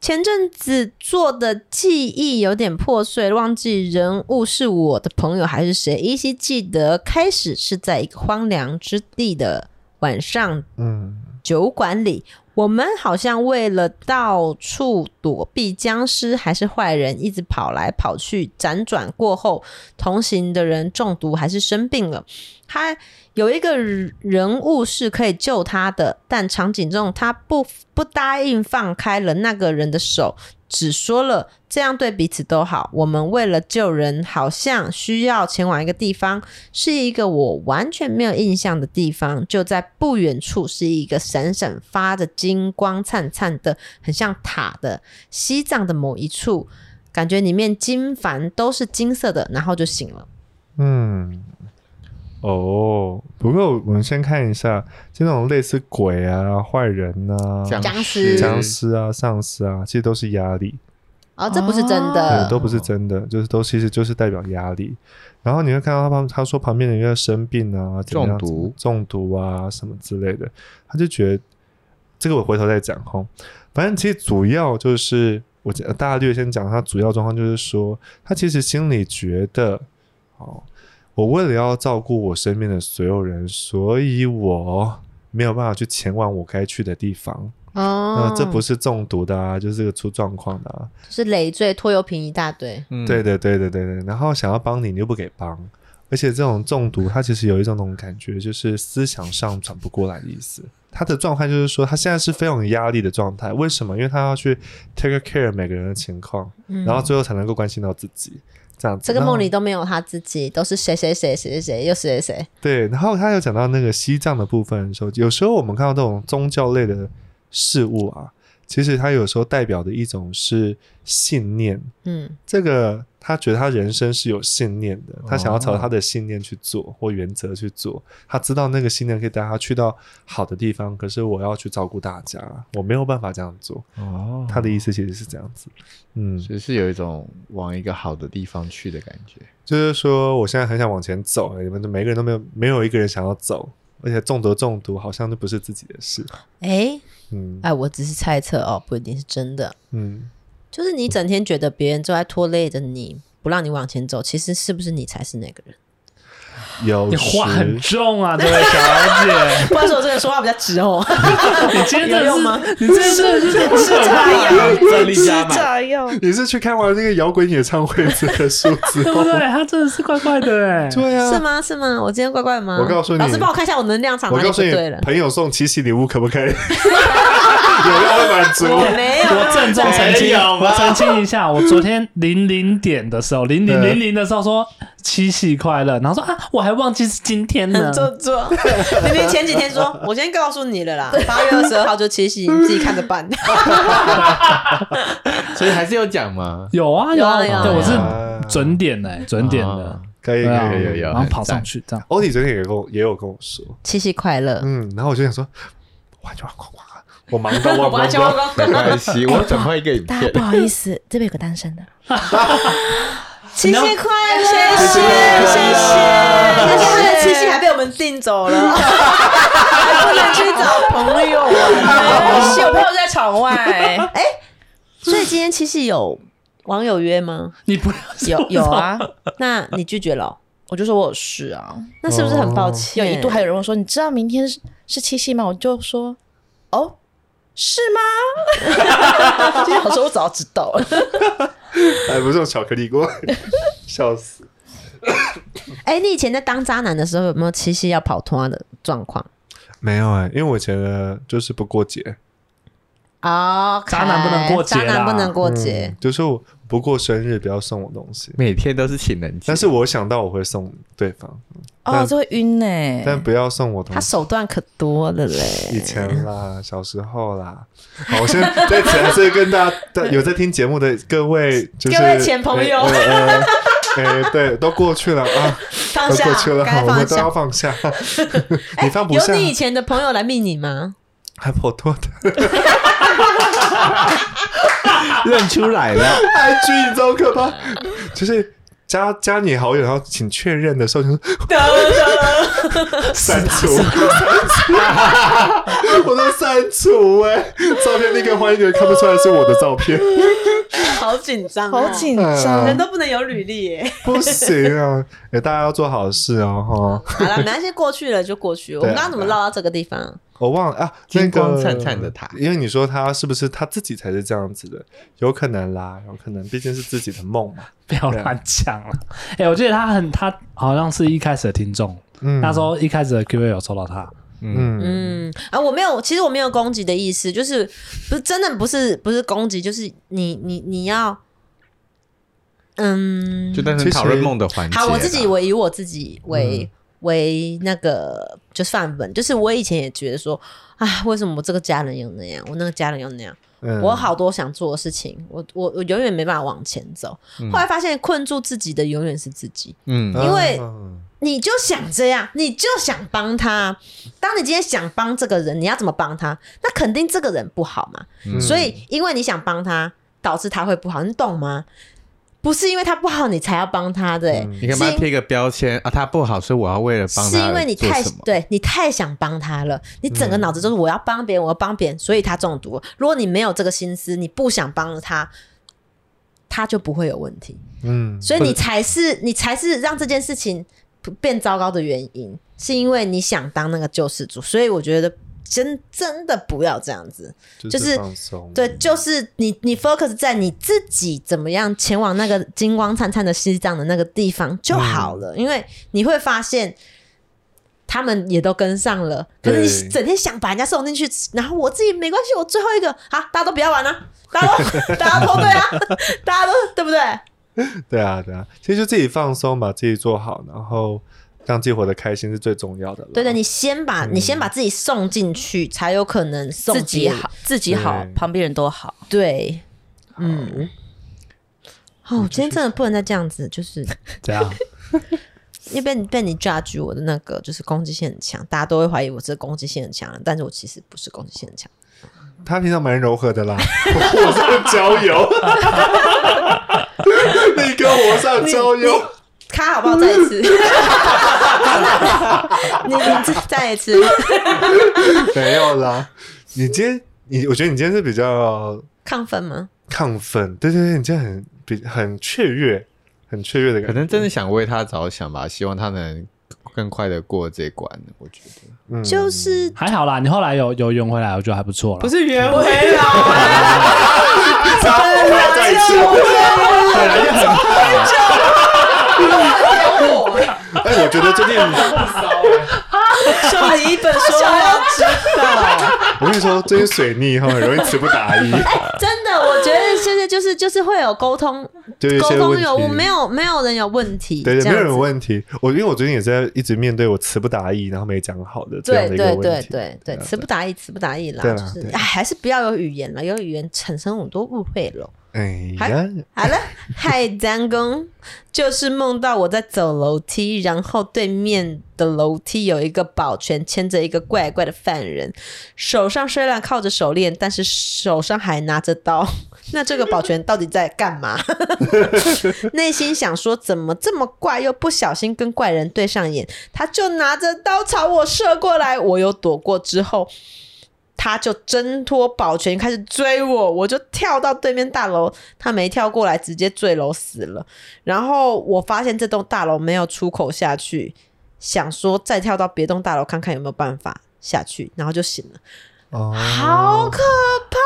前阵子做的记忆有点破碎，忘记人物是我的朋友还是谁，依稀记得开始是在一个荒凉之地的晚上
嗯，
酒馆里，我们好像为了到处躲避僵尸还是坏人，一直跑来跑去，辗转过后，同行的人中毒还是生病了。他有一个人物是可以救他的，但场景中他不不答应放开了那个人的手，只说了这样对彼此都好。我们为了救人，好像需要前往一个地方，是一个我完全没有印象的地方，就在不远处是一个闪闪发着金光灿灿的，很像塔的西藏的某一处，感觉里面金矾都是金色的，然后就醒了。
嗯。哦，不过我们先看一下，这种类似鬼啊、坏人啊、
僵尸
僵尸啊、丧尸啊，其实都是压力，
哦，这不是真
对，
嗯
的，
都不是真的，就是都其实就是代表压力。然后你会看到他旁他说旁边的人要生病啊，怎么样
中毒
中毒啊什么之类的，他就觉得这个我回头再讲吼。反正其实主要就是我讲大略先讲他主要状况，就是说他其实心里觉得哦，我为了要照顾我身边的所有人，所以我没有办法去前往我该去的地方。
哦
那呃
嗯
这不是中毒的啊，就是这个出状况的啊。
是累赘拖油瓶一大堆，
嗯
对，对对对对对，然后想要帮你，你又不给帮，而且这种中毒，它其实有一种那种感觉，就是思想上转不过来的意思。他的状态就是说，他现在是非常有压力的状态。为什么？因为他要去 take care 每个人的情况，然后最后才能够关心到自己。这样
嗯
子，
这个
然后
梦里都没有他自己，都是谁谁谁谁谁谁又谁谁谁，
对，然后他有讲到那个西藏的部分的时候，有时候我们看到这种宗教类的事物啊，其实它有时候代表的一种是信念。
嗯，
这个他觉得他人生是有信念的，他想要朝他的信念去做、或原则去做。他知道那个信念可以带他去到好的地方，可是我要去照顾大家，我没有办法这样做。
哦
他的意思其实是这样子，嗯，
只是有一种往一个好的地方去的感觉。
就是说我现在很想往前走，哎你们每个人都没有没有一个人想要走，而且中毒中毒好像都不是自己的事，
哎
嗯
哎，我只是猜测哦，不一定是真的。
嗯，
就是你整天觉得别人都在拖累着你，不让你往前走，其实是不是你才是那个人？
有
你话很
时
重啊，这位小姐，
不好意思，我这个说话比较直哦。
你今天真的
有用吗
是，你今天真的是很可怕，
战力加满，
炸药，
你是去看完那个摇滚演唱会这个数字
对不对？他真的是怪怪的哎，
*laughs* 对啊，
是吗？是吗？我今天怪怪吗？
我告诉你
老师帮我看一下我能量场
我
哪里
告
不
诉你
对了，。
朋友送七夕礼物可不可以？有 *laughs* 人会满足？
我没有，
我郑重澄
没
清，
有吧
我澄清一下，我昨天零零点的时候，零零零零的时候说七夕快乐，然后说啊，我还忘记是今天呢
嗯
很。做
*laughs*
作。明明前几天说，我先告诉你了啦，八月二十二号就七夕，你自己看着办。
*laughs* 所以还是有讲嘛。
有啊有
有啊有啊
对我是
啊
准点的，准点的
啊，
可以
对啊
可以可以。
有
然后
很
跑上
赞
去这样。
欧弟昨天也跟我也有跟我说，
七夕快乐，
嗯，然后我就想说，完全忘光光了，我忙到忘光
全忘
光。
光
没关系，我转换一个影
大家
片
不。好意思，这边有个单身的，
七夕快乐，谢谢谢
夕
谢。而且他的七夕还被我们订走了，
*laughs*
还
*laughs*
不能去找朋友啊。
小啊哎朋友在哎场外，
所以今天七夕有网友约吗？
你不要
有有
*laughs*
啊，
那你拒绝了哦、
我就说我有事啊。哎
那是不是很抱
有
歉？
一度还有人问说，你知道明天是是七夕吗？我就说，哦，是 *laughs* 吗？就想说我早知道了。
哎，不是有巧克力锅， *laughs* 笑死！
哎、你以前在当渣男的时候有没有七夕要跑脱的状况？
没有哎，因为我觉得就是不过节，
哦，
渣男不能过节啦
渣男不能过节
嗯。就是我不过生日不要送我东西，
每天都是情人节，
但是我想到我会送对方，
哦，
但
这会晕呢、
哎
但不要送我东
他
西。
手段可多了嘞，
以前啦，小时候啦，好，我现在在此还是跟大家大有在听节目的各位，就是
各位前朋友
哎哎哎哎对，都过去了啊，
放
都
下
过去，了，
该
我
放
们都
下哎
要。放下。
*laughs*
*laughs* 你放不
有
下，
你以前的朋友来密你吗？
还颇多的。
认出来 *laughs* 了。
IG 你知道可怕，就是加加你好友，然后请确认的时候就说 *laughs* 删除，删除， *laughs* 我都删除哎、照片立刻换一个，看不出来是我的照片，
好紧张、啊
好紧张，
嗯、
都不能有履历耶。
不行啊！哎、大家要做好事哦哈！
好了，没关系，过去了就过
啊
去。我们刚刚怎么绕到这个地方？
我忘了啊，
金光
那个
灿灿的他
因为你说他是不是他自己才是这样子的？有可能啦，有可能，毕竟是自己的梦嘛。
不要乱讲了。哎，我记得他很，他好像是一开始的听众，
嗯，
那时候一开始的 Q&A 有抽到他，
嗯，嗯
嗯啊，我没有，其实我没有攻击的意思，就是不是真的不是不是攻击，就是你你你要，嗯，
就单纯讨论梦的环节啦。
好，我自己我以我自己为、为那个就是范本，就是我以前也觉得说，啊，为什么我这个家人有那样，我那个家人有那样，
嗯
我有好多想做的事情，我我我永远没办法往前走。后来发现困住自己的永远是自己，
嗯，
因为
嗯
你就想这样，你就想帮他。当你今天想帮这个人，你要怎么帮他？那肯定这个人不好嘛。
嗯
所以，因为你想帮他，导致他会不好，你懂吗？不是因为他不好你才要帮他的、欸，
你干嘛贴个标签啊？他不好，所以我要为了帮他
是因为你
做
太
什么？嗯
对你太想帮他了，你整个脑子就是我要帮别人，我要帮别人，所以他中毒了。如果你没有这个心思，你不想帮他，他就不会有问题。
嗯，
所以你才是你才是让这件事情不变糟糕的原因，是因为你想当那个救世主。所以我觉得真真的不要这样子，就是
放松，
对，就是你你 focus 在你自己怎么样前往那个金光灿灿的西藏的那个地方就好了，因为你会发现。他们也都跟上了，可是
对
你整天想把人家送进去，然后我自己没关系，我最后一个啊，大家都不要玩啊，大家都大家都对啊， *laughs* 大家都对不对？
对啊，对啊，其实就自己放松，把自己做好，然后让自己活得开心是最重要的了。
对的，你先把、你先把自己送进去，才有可能送
自己
别人
好，，自己好
对，
旁边人都好。
对，嗯。哦，我今天真的不能再这样子，就是
这样
因为被你被你 judge 我的那个就是攻击性很强，大家都会怀疑我是攻击性很强的，但是我其实不是攻击性很强。
他平常蛮柔和的啦， *laughs* 我上交友， *laughs* 你跟我上交友，
卡好不好？再一次， *laughs* 你你再一次，
*laughs* 没有啦。你今天，你我觉得你今天是比较
亢奋吗？
亢奋，对对对，你今天很比很雀跃，很雀跃的感觉，
可能真的想为他着想吧，希望他能更快的过这关，我觉得
嗯
*laughs*
就是
还好啦，你后来有有圆回来，我觉得还不错了。
是圆回来，
啊
在一起，对啊，也很哎，我觉得最近，
说你一本说要知道，
我跟你说，最近水逆哈，很容易词不达
*laughs*
意，
真的，我觉得现在就是就是会有沟通，
就有一
沟
些问
通
题。
有没有没有人有问题，
对对，
这
没
样
有
子
人有问题。我因为我最近也在一直面对我词不达意，然后没讲好的这样
对
的一个
对
问题。
对对对，
啊
词不达意，词不达意啦，
对啦
就是
对
哎，还是不要有语言了，有语言产生很多误会了。
哎
还
呀，
好了，嗨，张工，就是梦到我在走楼梯，然后对面的楼梯有一个保全牵着一个怪怪的犯人，手上虽然靠着手链，但是手上还拿着刀。 *laughs* 那这个保全到底在干嘛？ *laughs* 内心想说，怎么这么怪，又不小心跟怪人对上眼，他就拿着刀朝我射过来，我又躲过之后。他就挣脱保全开始追我，我就跳到对面大楼，他没跳过来，直接坠楼死了。然后我发现这栋大楼没有出口下去，想说再跳到别栋大楼看看有没有办法下去，然后就醒了，
哦，
好可怕！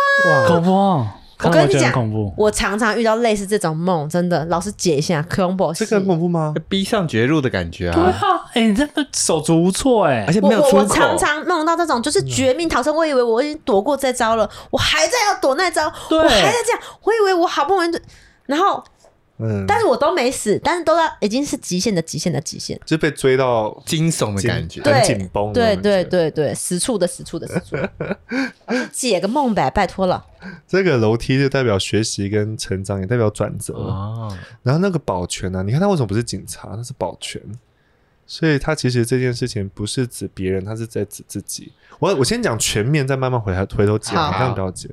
恐怖哦，
我
看
跟
了
你
觉得
讲
很恐怖。
我常常遇到类似这种梦，真的，老师解一下，恐怖
这
死。
个很恐怖吗？
逼上绝路的感觉
对
啊！
啊，哎，你这个手足无措哎
而，且
我
没有
我
出
我
口，
常常梦到这种就是绝命逃生，我以为我已经躲过这招了，我还在要躲那招，
对
我还在这样，我以为我好不容易，然后
嗯，
但是我都没死，但是都要已经是极限的极限的极限。
就被追到
惊悚的
紧
感觉。
很
对
紧绷的
对
感
对
觉
对对，死处的死处的死 *laughs* 处，老师解个梦呗，拜托了。
这个楼梯，就代表学习跟成长，也代表转折。
哦，
然后那个保全啊呢、你看他为什么不是警察，他是保全，所以他其实这件事情不是指别人，他是在指自己。我我先讲全面，再慢慢回来回头讲，
好
这样比较解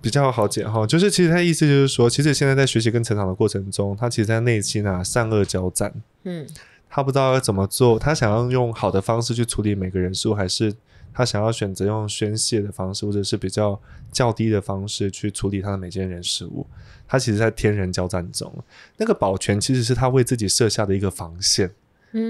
比较好解哈。就是其实他意思就是说，其实现在在学习跟成长的过程中，他其实在内心啊善恶交战，
嗯，
他不知道要怎么做，他想要用好的方式去处理每个人事物，还是他想要选择用宣泄的方式，或者是比较较低的方式去处理他的每件人事物。他其实，在天人交战中，那个保全其实是他为自己设下的一个防线。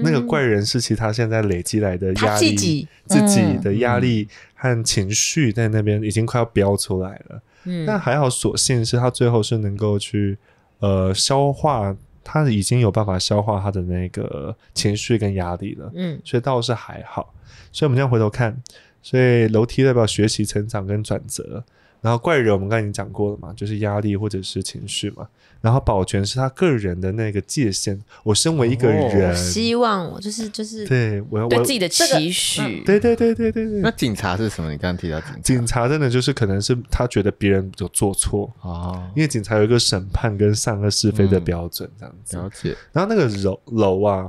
那个怪人是其实他现在累积来的
嗯他
压
自
力，
己嗯
自己的压力和情绪在那边已经快要飙出来了。
嗯
但还好，所幸是他最后是能够去呃消化，他已经有办法消化他的那个情绪跟压力了，
嗯
所以倒是还好。所以我们这样回头看，所以楼梯代表学习、成长跟转折。然后怪人我们刚才已经讲过了嘛，就是压力或者是情绪嘛。然后保全是他个人的那个界限，我身为一个
哦
人，
希望我就是 *laughs* 就是
对我要
对
我
自己的期许，
对对对对对对
那警察是什么？你刚刚提到警察
警察真的就是可能是他觉得别人有做错，
哦，
因为警察有一个审判跟善恶是非的标准，这样子。
了解。
然后那个楼楼啊，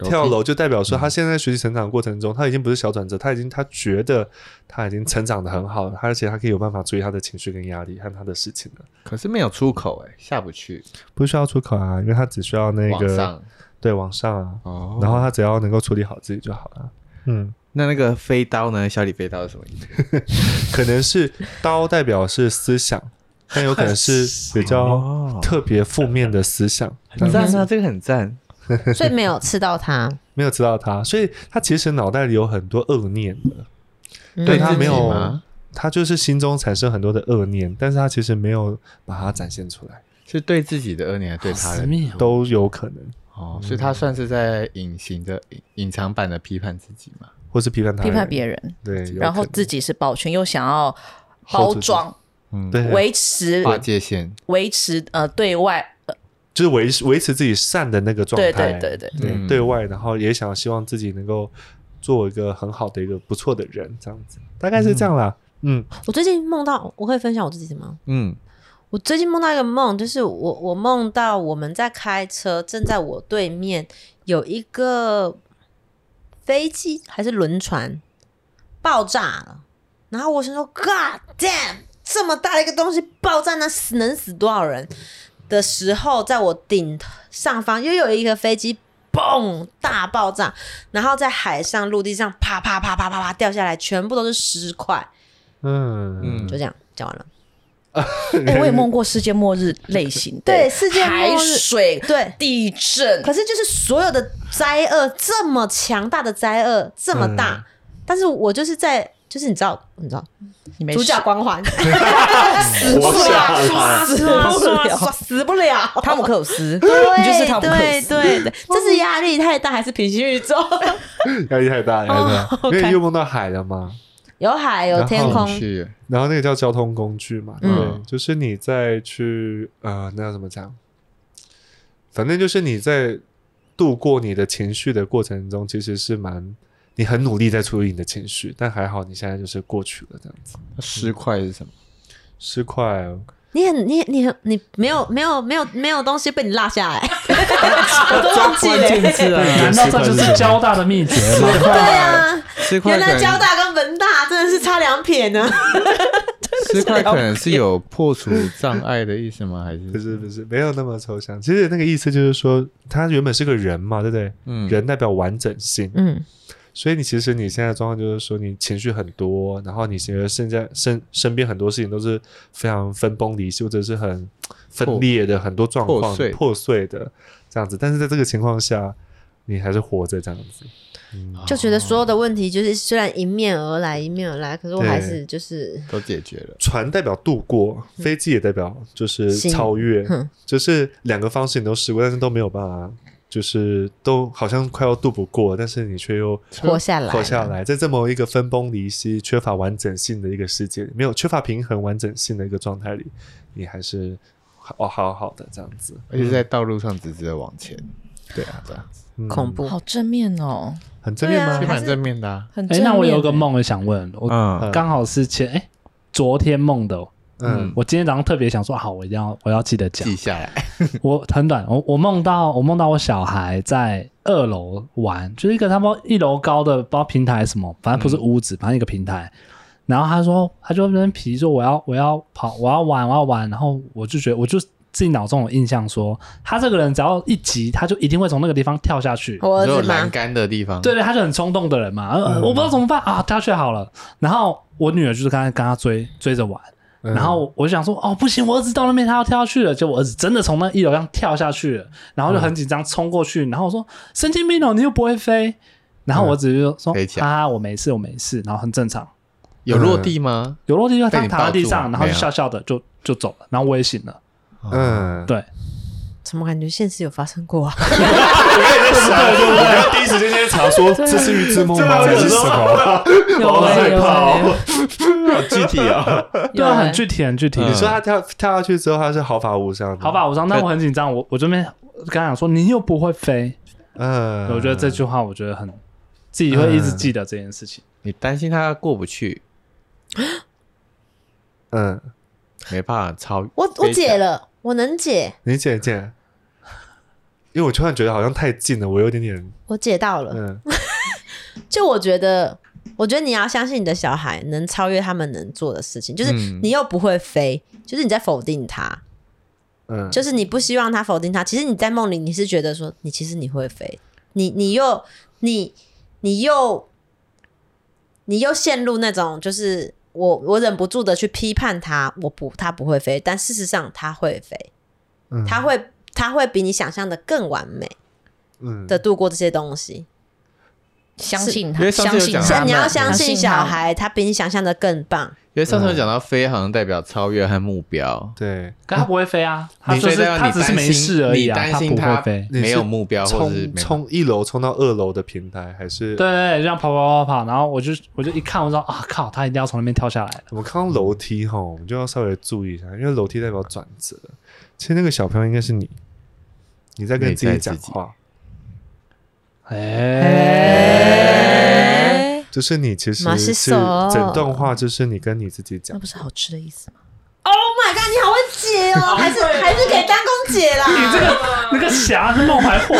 楼梯
跳楼就代表说他现在学习成长的过程中，他已经不是小转折，他已经他觉得他已经成长的很好了，他而且他可以有办法注意他的情绪跟压力和他的事情了，
*laughs* 可是没有出口哎，下不去，
不需要出口啊，因为他只需要那
往
个
上
对往上啊，
哦
然后他只要能够处理好自己就好了。嗯，
那那个飞刀呢？小李飞刀是什么意思？
可能是刀代表是思想，但有可能 *laughs* 是啊比较
哦，
特别负面的思想。
很赞啊，这个很赞。
所以没有吃到他，
没有知道他，所以他其实脑袋里有很多恶念的，
嗯
对他没
自己
有
吗，
他就是心中产生很多的恶念，但是他其实没有把它展现出来，
是对自己的恶念，还是对他
私
人
密哦
都有可能，
哦，所以他算是在隐形的、隐隐藏版的批判自己嘛？
或是批判他
批
人
判别人，
对，有
然后
可能
自己是保全，又想要
hold
包
住自己
装
嗯，
对，
维持
划界限，
维持呃对外呃
就是维维持自己善的那个状态，
对对对对
对
嗯
对外，然后也想希望自己能够做一个很好的一个不错的人，这样子，大概是这样啦。嗯，
我最近梦到，我可以分享我自己的吗？
嗯，
我最近梦到一个梦，就是我我梦到我们在开车，正在我对面有一个飞机还是轮船爆炸了，然后我想说，God damn，这么大的一个东西爆炸，那死能死多少人？的时候，在我顶上方又有一个飞机。嘣！大爆炸，然后在海上、陆地上啪啪啪啪啪啪掉下来，全部都是尸块。
嗯
嗯
就这样讲完了。
哎、我也梦过世界末日类型的，
对世界末日
海水、
对
地震，
可是就是所有的灾厄这么强大的灾厄这么大，但是我就是在就是你知道你知道
你没
主角
事
光环
死不了，
死不了死不了，
汤姆克鲁斯，
*laughs* 对
你就是汤姆克鲁
对
斯。
对对，这是压力太大还是平行宇 *laughs* 宙？
嗯
压力太大，压力太
哦
大，因为又梦到海了嘛。
有海有天
然后
空，
去了
然后那个叫交通工具嘛，对，
嗯
就是你在去呃，那要怎么讲？反正就是你在度过你的情绪的过程中，其实是蛮你很努力在处理你的情绪，但还好你现在就是过去了这样子。
尸块是什么？
尸块哦，
你很你你很你没有没有没有没有东西被你落下来，我都忘记了。
字
对，难道这就是交大的秘诀吗？
*laughs* 对啊，
尸
*laughs*
块
原
可
来交
能
大跟文大真的是差两撇呢。
尸块可能是有破除障碍的意思吗？还
不
是
是不是，没有那么抽象。其实那个意思就是说，他原本是个人嘛，对不对？
嗯
人代表完整性，
嗯，
所以你其实你现在的状况就是说，你情绪很多，然后你觉得现在身身边很多事情都是非常分崩离析，或者是很分裂的很多状况
破碎
破碎的这样子。但是在这个情况下，你还是活着这样子。
就觉得所有的问题就是虽然迎面而来，迎面而来，可是我
对
还是就是
都解决了？
船代表渡过，飞机也代表就是
行
超越
嗯哼，
就是两个方式你都试过，但是都没有办法，就是都好像快要渡不过，但是你却又
活下来
活下来，在这么一个分崩离析、缺乏完整性的一个世界里，没有缺乏平衡、完整性的一个状态里，你还是哦好好的这样子，
而且在道路上直直的往前，对啊，对啊，
嗯
恐怖。
好正面哦，
很正面
对
吗
啊？
蛮正面的啊。
很正
哎，
面。
那我有个，梦也想问，我
嗯，
刚好是前哎昨天梦的哦，
嗯
我今天早上特别想说，好，我一定要我要记得讲
记。下来。
我很短，我我梦到我梦到我小孩在二楼玩，就是一个他们一楼高的不知道平台什么，反正不是屋子，反正一个平台。然后他说，他就在那边皮说我要我要跑，我要玩我要玩。然后我就觉得我就自己脑中有印象说，他这个人只要一急，他就一定会从那个地方跳下去。
我儿
只有
子
栏
吗？
杆的地方，
对对，他就很冲动的人嘛，呃
嗯
我不知道怎么办啊，跳下去好了。然后我女儿就是刚才跟他追追着玩，
嗯
然后我就想说，哦，不行，我儿子到那边他要跳下去了，结果我儿子真的从那一楼上跳下去了，然后就很紧张冲过去，然后我说神经病哦，你又不会飞，然后我儿子就
嗯
说、
飞起来
啊，我没事，我没事，然后很正常，
有落地吗？
有落地就
被
他
你
躺
抱
在
住
地上，
啊
然后就
没有
笑笑的就就走了，然后我也醒了，
嗯， *laughs*
对，
怎么感觉现实有发生过啊？
我要第一时间先查说
啊
这是预知梦吗？这是什么？ *laughs*
有
害
欸有
怕哦
欸
好具体嗯啊！
*laughs* 对啊，
有欸
很具体很具体，
你说他跳跳下去之后，他是毫发无伤的，
好吧，我说那我很紧张，我我这边刚想说你又不会飞，
嗯，
我觉得这句话我觉得很自己会一直记得这件事情。
你担心他过不去，
嗯，
没办法超。
*laughs* 我我解了，我能解，
你姐姐，因为我突然觉得好像太近了，我有点点
我解到了。
嗯
就我觉得，我觉得你要相信你的小孩能超越他们能做的事情，就是
嗯
你又不会飞，就是你在否定他，
嗯，
就是你不希望他否定他。其实你在梦里，你是觉得说，你其实你会飞，你你又你你又你又陷入那种就是我我忍不住的去批判他，我不他不会飞，但事实上他会飞，
嗯
他会他会比你想象的更完美
嗯
的度过这些东西。
相信
因
他，
为上次
相
嗯
信他
有讲
所以
到
们
你要相信
信他
小孩，他比你想象的更棒。
因为上次有讲到飞，好像代表超越和目标。
对，
可他不会飞啊，他
你
就
所以
是
代表
他
你
只是
担
没
心
事而已
你
啊，
担
他
心
不
他
会飞。
你是
没有目标，或者是
冲
没
冲一楼冲到二楼的平台，还是
对，这样跑跑跑跑，然后我就我就一看，我知道啊靠，他一定要从那边跳下来了。
我们看到楼梯哈，我们就要稍微注意一下，因为楼梯代表转折。其实那个小朋友应该是你，你在跟
你
自己
在
讲
自己
话，
哎
哎，
就是你其实
马嗯西
是
索
整段话，就是你跟你自己讲
那。不是好吃的意思吗？
Oh my god！你好会解哦，还是还是给单工解啦。你这个
那个霞是梦还祸，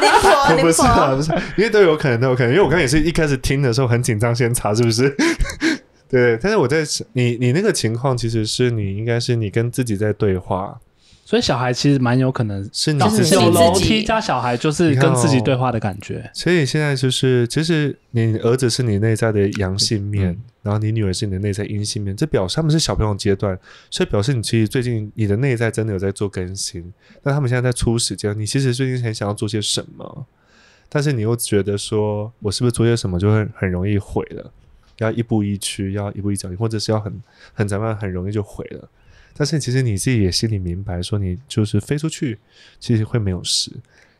灵婆
不
灵
是啊，
婆，
不是，因为都有可能，都有可能。因为我刚刚也是一开始听的时候很紧张，先查是不是？ *laughs* 对，但是我在想你你那个情况，其实是你应该是你跟自己在对话，
*laughs* 所以小孩其实蛮有可能
是你
就
自
是
己
有
你
楼
自己
梯加小孩，就是
你看
跟自己
哦
对话的感觉。
所以现在就是，其实你儿子是你内在的阳性面，然后你女儿是你的内在阴性面，这表示他们是小朋友阶段，所以表示你其实最近你的内在真的有在做更新。那他们现在在出时间，你其实最近很想要做些什么，但是你又觉得说我是不是做些什么就会很容易毁了，要一步一趋，要一步一脚印，或者是要很很怎么样，很容易就毁了。但是其实你自己也心里明白，说你就是飞出去，其实会没有事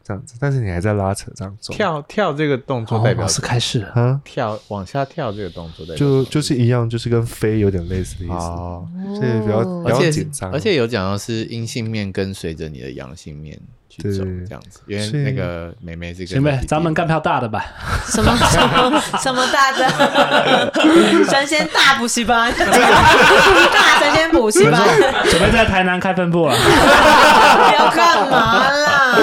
这样子，但是你还在拉扯当中。
跳跳这个动作
好
代，表
哦老师开始了。
啊，
跳往下跳这个动作代表
就
什么
就是一样，就是跟飞有点类似的意思，
哦，
嗯
所以不要不
而
要
且
紧张，
而且有讲到是阴性面跟随着你的阳性面去走
对
这样子，因为
所以
那个妹妹是
行
跟
呗，咱们干票大的吧。
什么什么什么大的神仙大补习班，大神仙补习班，
准备在台南开分
*laughs*
部了。
要干嘛啦？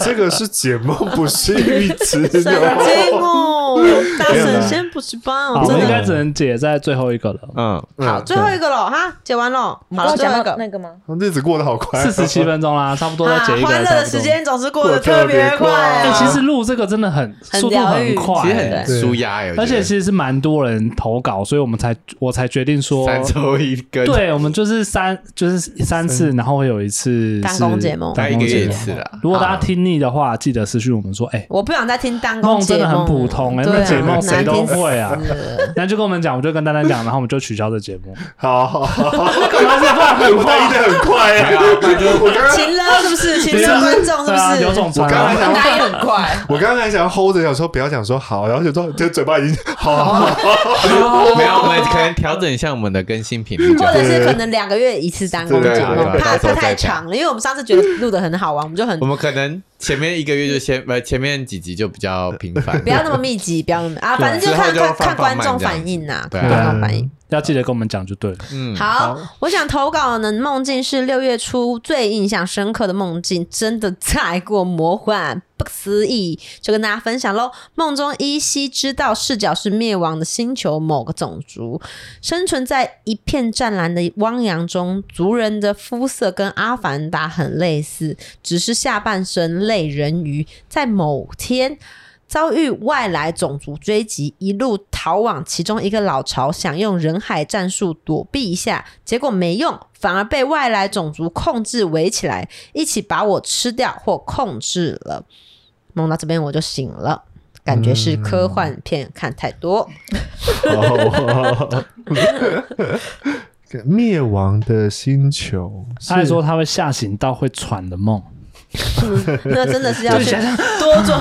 这个是解梦，不是预知
神经
哦。
哦，大神仙补习班哦，
好我
真
们应
的
该只能解在最后一个了，
嗯，
好，最后一个了哈，解完了，好了，最后一个。
那个吗？
嗯日子过得好快哦，
四十七分钟啦，差不多再
啊
解一个。
欢乐
差
的
不多
时。间总是过
过
得
得特
特别
别
快
快
哎，
啊！
其实录这个真的很
很
速度
疗愈
很快，欸
其实很
对
舒压耶，我觉得
而且其实是蛮多人投稿，所以我们才我才决定说，
三周一根，，
对我们就是三就是三次，然后会有一次
单工节目
大
单
概一
工
个
节
月一
目。
次啦。啊
如果大家听腻的话，记得私讯我们说，哎，
我不想再听单工
梦
解
真的很
梦，
普通哎，
对
那
啊
解梦谁
难
都
听死
会啊。
了
那就跟我们讲，我就跟丹丹讲，然后我们就取消这节目。
好，好 *laughs* 好好，很快的很快呀！我刚刚
勤了是不是？勤了观众是
对啊有
不
种
是？
传
刚
啊
才
大家也很快，
我刚才想 hold 着，想说不要讲说好，然后就说这嘴巴已经好好好好，
没有，我们可能调整一下我们的更新频率，
或
这样
者是可能两个月一次单工
对
节
对
目
对对，对
怕
到时
怕
候再
太
讲
长了，因为我们上次觉得录的很好玩，我们就很
我们可能前面一个月就先， *laughs* 呃，前面几集就比较频繁，
不要那么密集，不要那么啊，反正就
之后
看
就
看
放
看观
放慢
众
这样
反应呐，
对
看
啊
观众反应。
要记得跟我们讲就对了。
嗯，
好，我想投稿呢，梦境是六月初最印象深刻的梦境，真的太过魔幻、不可思议，就跟大家分享喽。梦中依稀知道视角是灭亡的星球某个种族，生存在一片湛蓝的汪洋中，族人的肤色跟阿凡达很类似，只是下半身类人鱼，在某天。遭遇外来种族追击，一路逃往其中一个老巢，想用人海战术躲避一下，结果没用，反而被外来种族控制围起来，一起把我吃掉或控制了。梦到这边我就醒了，感觉是科幻片看太多。
好 *laughs* 灭亡的星球，
他还说他会吓醒到会喘的梦，
那真的是要
就
去
想象
多做，？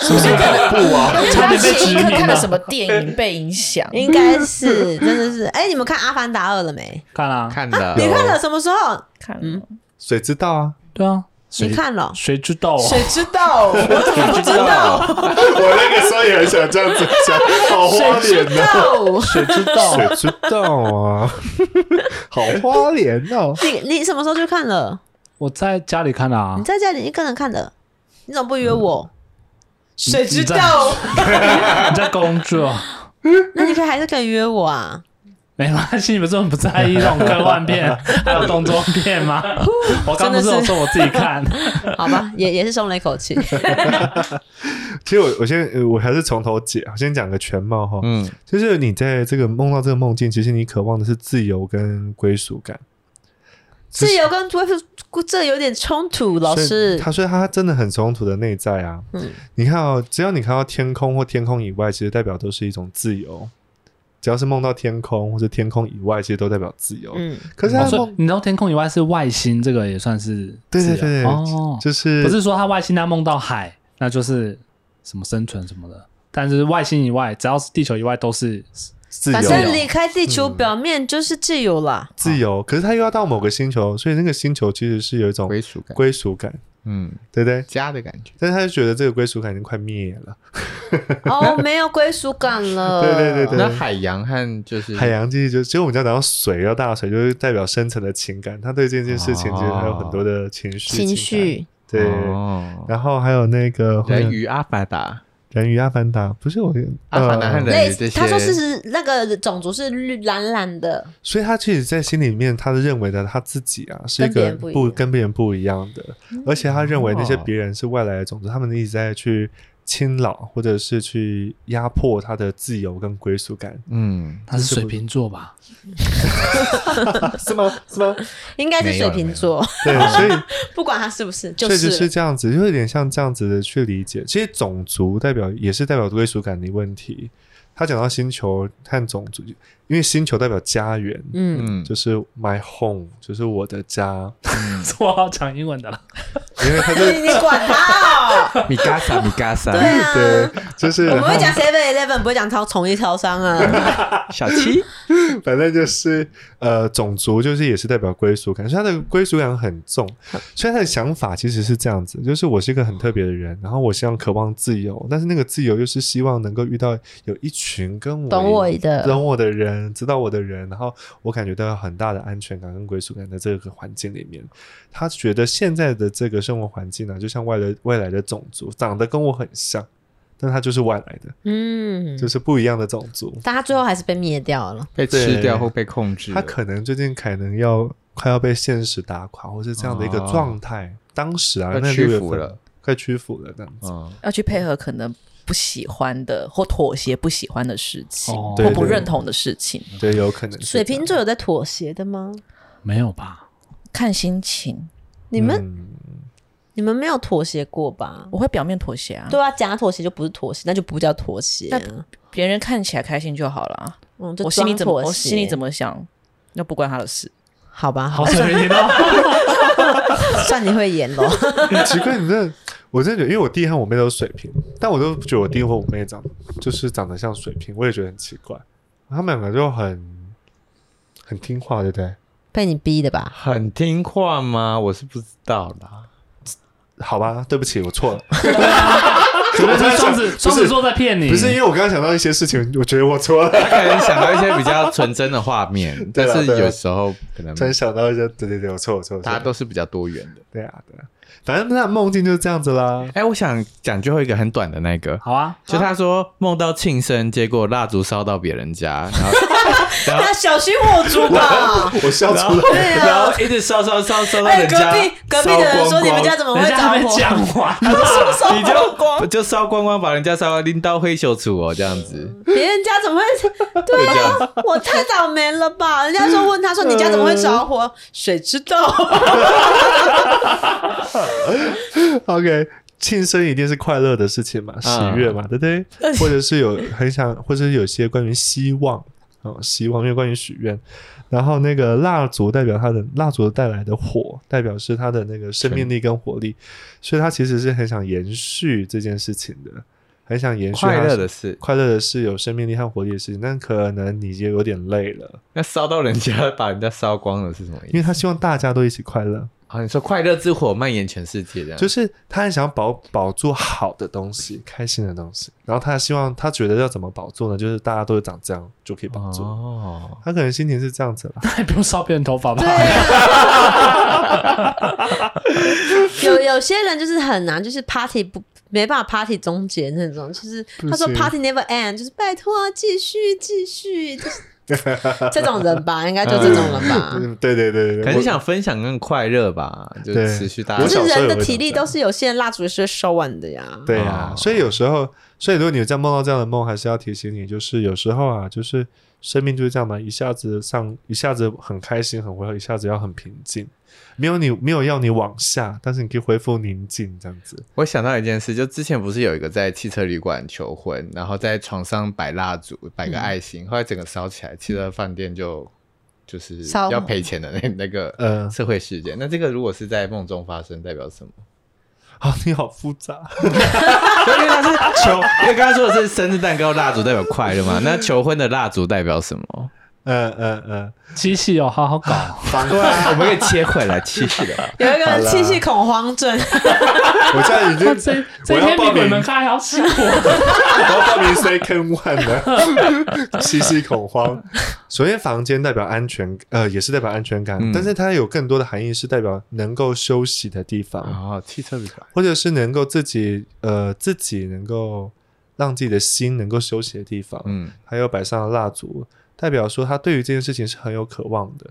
是不是很恐怖啊？
差点被殖
前一刻
民
看了
了
什。么电影被影响
应该是真的是。哎、你们看《阿凡达二》了没？
看啦，
看啊的，嗯
你看了什么时候？
看
嗯
谁知道啊？
对啊，谁
你看了？
谁知道啊？
谁知道？我怎么不知
哦
道？
我那个时候也很想这样子讲，好花脸哦呐、
谁知道？
谁知道啊？好花脸哦！
你你什么时候去看了？
我在家里看的啊
你，在家里一个人看的，你怎么不约我？
谁知
你
道？
*laughs* 你在工作，啊
那你可以还是可以约我
*laughs*
啊。
没关系，你们这么不在意这种科幻片还有动作
*laughs*
片吗？我刚不是有说我自己看，
好吧，也也是松了一
*laughs*
口气。
其实我我先呃我还是从头解，我先讲个全貌哈。
嗯，
就是你在这个梦到这个梦境，其实你渴望的是自由跟归属感。
自由跟归属这有点冲突，老
所以
师。
他说他真的很冲突的内在啊。
嗯
你看哦，只要你看到天空或天空以外，其实代表都是一种自由。只要是梦到天空或者天空以外，其实都代表自由。
嗯，
可是
哦
他
所
梦
以，你知道天空以外是外星，这个也算是
对
自
对
由
对对，
哦，
就是
不是说他外星他梦到海，那就是什么生存什么的，但是外星以外，只要是地球以外都是
自由嗯
反
由
正离开地球表面就是自由啦。
自由，可是他又要到某个星球，所以那个星球其实是有一种
归属感，
归属感，
嗯，
对不对？
家的感觉。
但是他就觉得这个归属感已经快灭了。
哦，没有归属感了。
*laughs* 对对对对
那海洋和就是
海，洋记忆就，其实我们讲到水要大水，就是代表深层的情感。他对这件事情其实还有很多的情绪，
情绪
情感对。
哦，
然后还有那个
人鱼阿凡达，
人鱼阿凡达不是我
阿凡达和
呃
人
类
鱼这些，
他说是是那个种族是绿蓝蓝的，
所以他其实，在心里面，他认为的他自己啊，是一个
跟别人不一
不
样嗯
跟别人不一样的，而且他认为那些
哦
别人是外来的种族，他们一直在去侵扰或者是去压迫他的自由跟归
*laughs*
属感，
嗯，
他是水瓶座吧？
是吗？是吗？
应该是
没有
水
了
瓶座， *laughs*
对，所以
不管他是不是，
所
哦就
以就是
是
这样子，就有点像这样子的去理解。其实种族代表也是代表归属感的问题。他讲到星球和种族，因为星球代表家园，
嗯，
嗯，
就是是 my home，就是我的
*laughs*
家，
我好讲英文的了，
因为他就
你管
*laughs*
他哦，
*laughs* 米嘎萨米嘎萨，
对啊
对，就是
我
然
们
后
会讲 Seven Eleven，不会讲超宠一超商啊。
*laughs*
小七，
反正就是呃，种族就是也是代表归属感，所以他的归属感很重。所以他的想法其实是这样子，就是我是一个很特别的人，然后我希望渴望自由，但是那个自由又是希望能够遇到有一群跟我
懂我
一
的
懂我的人，知道我的人，然后我感觉到有很大的安全感跟归属感在这个环境里面。他觉得现在的这个生活环境呢、就像外来外来的种族，长得跟我很像，但他就是外来的，
嗯，
就是不一样的种族。
但他最后还是被灭掉了。
被吃掉或被控制了，
他可能最近可能要快要被现实打垮，或是这样的一个状态。当时啊，
快
那
屈
六月
服
份
了，
快屈服了这样子。
嗯，
要去配合可能不喜欢的或妥协不喜欢的事情，
哦
或
对
不
对
认同的事情，
对，有可能是
水瓶
这
座
样
有在妥协的吗？
没有吧？
看心情。
你们、
嗯
你们没有妥协过吧？
我会表面妥协啊，
对啊，假妥协就不是妥协，那就不叫妥协啊。
别人看起来开心就好了。啊
嗯，就
我心里
装
怎么
妥协
我心里怎么想，那不关他的事。
好吧？好
好，水
*laughs*
瓶哦。
算你会演 *laughs* 咯。
奇怪，你这我真的觉得，因为我弟和我妹都是水瓶，但我都觉得我弟和我妹长就是长得像水瓶，我也觉得很奇怪。他们两个就很很听话，对不对？
被你逼的吧？
很听话吗？我是不知道啦。
好吧，对不起，我错了。
我是双子，
不是
双子座在骗你，
不是因为我刚刚想到一些事情，我觉得我错了，
他可能想到一些比较纯真的画 *laughs* 面，
对
但
啦
是
对啦
有时候可能
突然想到一些，对对对，我错，我错，我错
大家都是比较多元的。
对啊，对啊，反正那梦境就是这样子啦。
哎，我想讲最后一个很短的那个，
好啊，
就他说梦到庆生，结果蜡烛烧到别人家，然后然后
那小心火烛
*laughs*
吧！
我笑 *laughs*
然后
出来，
然后一直烧烧烧烧到
哎，
人
隔
家，
壁隔壁的人说
烧光光
你们家怎么
人
会
家
着
还没
火？
讲完，
啊
*laughs*
你就就烧光光，把人家烧光，拎到灰朽处哦，这样子，
别人家怎么会？对啊，我太倒霉了吧！人家说问 *laughs* 他说你家怎么会着火？谁知道？
OK，庆生一定是快乐的事情嘛，喜悦嘛，对不对？或者是有很想，或者是有些关于希望，哦，希望，因为关于许愿。然后那个蜡烛代表它的蜡烛带来的火，代表是它的那个生命力跟活力，所以它其实是很想延续这件事情的，很想延续它
快乐的事。
快乐的是啊有生命力和活力的事情，但可能你也有点累了，
那烧到人家，把人家烧光了是什么意
因为
思？
他希望大家都一起快乐，
啊，你说快乐之火蔓延全世界这样，
就是他很想保保住好的东西、开心的东西，然后他希望他觉得要怎么保住呢？就是大家都长这样就可以保住。
哦，
他可能心情是这样 *laughs* 子啦，
那也不用烧别人头发吧？
有有些人就是很难，就是 party 不没办法 party 终结那种，就是
不
他说
行
party never end，就是拜托继续继续，就是
*laughs*
这种人吧，应该就这种人吧。
嗯，对对对对，
可能
我
想分享更快乐吧，就
对
持续大
我
可
家
是
小时候
人
也
的
会
体
这
力
样
都是有限，蜡烛是会烧完的呀。
对呀、
哦
所以有时候，所以如果你有这样梦到这样的梦，还是要提醒你，就是有时候啊，就是生命就是这样嘛，一下子上，一下子很开心，很恢复，一下子要很平静，没有你没有要你往下，但是你可以恢复宁静这样子。
我想到一件事，就之前不是有一个在汽车旅馆求婚，然后在床上摆蜡烛，摆个爱心，后来整个烧起来，汽车饭店就就是
烧
要赔钱的那那个
呃，
社会事件。那这个如果是在梦中发生，代表什么？
*laughs* 好、你好复杂，
因为他是求，因为刚刚说的是生日蛋糕蜡烛代表快乐 *laughs* 嘛，那求婚的蜡烛代表什么？
呃呃 *laughs* 呃，
机器哦，好好搞，
反过啊来，我们可以切回来，气死 *laughs* 了。
*laughs* 有一个人气息恐慌症，
*laughs* 我现在已经
哇 *laughs* 这这一天比鬼门开还要辛苦。
*laughs* 我要报名 second one 了， *laughs* 息息恐慌。首先，房间代表安全，呃，也是代表安全感，
嗯
但是它有更多的含义是代表能够休
啊
息的地方。
哦，汽车旅馆，
或者是能够自己呃自己能够让自己的心能够休息的地方。
嗯，
还有摆上了蜡烛，代表说他对于这件事情是很有渴望的。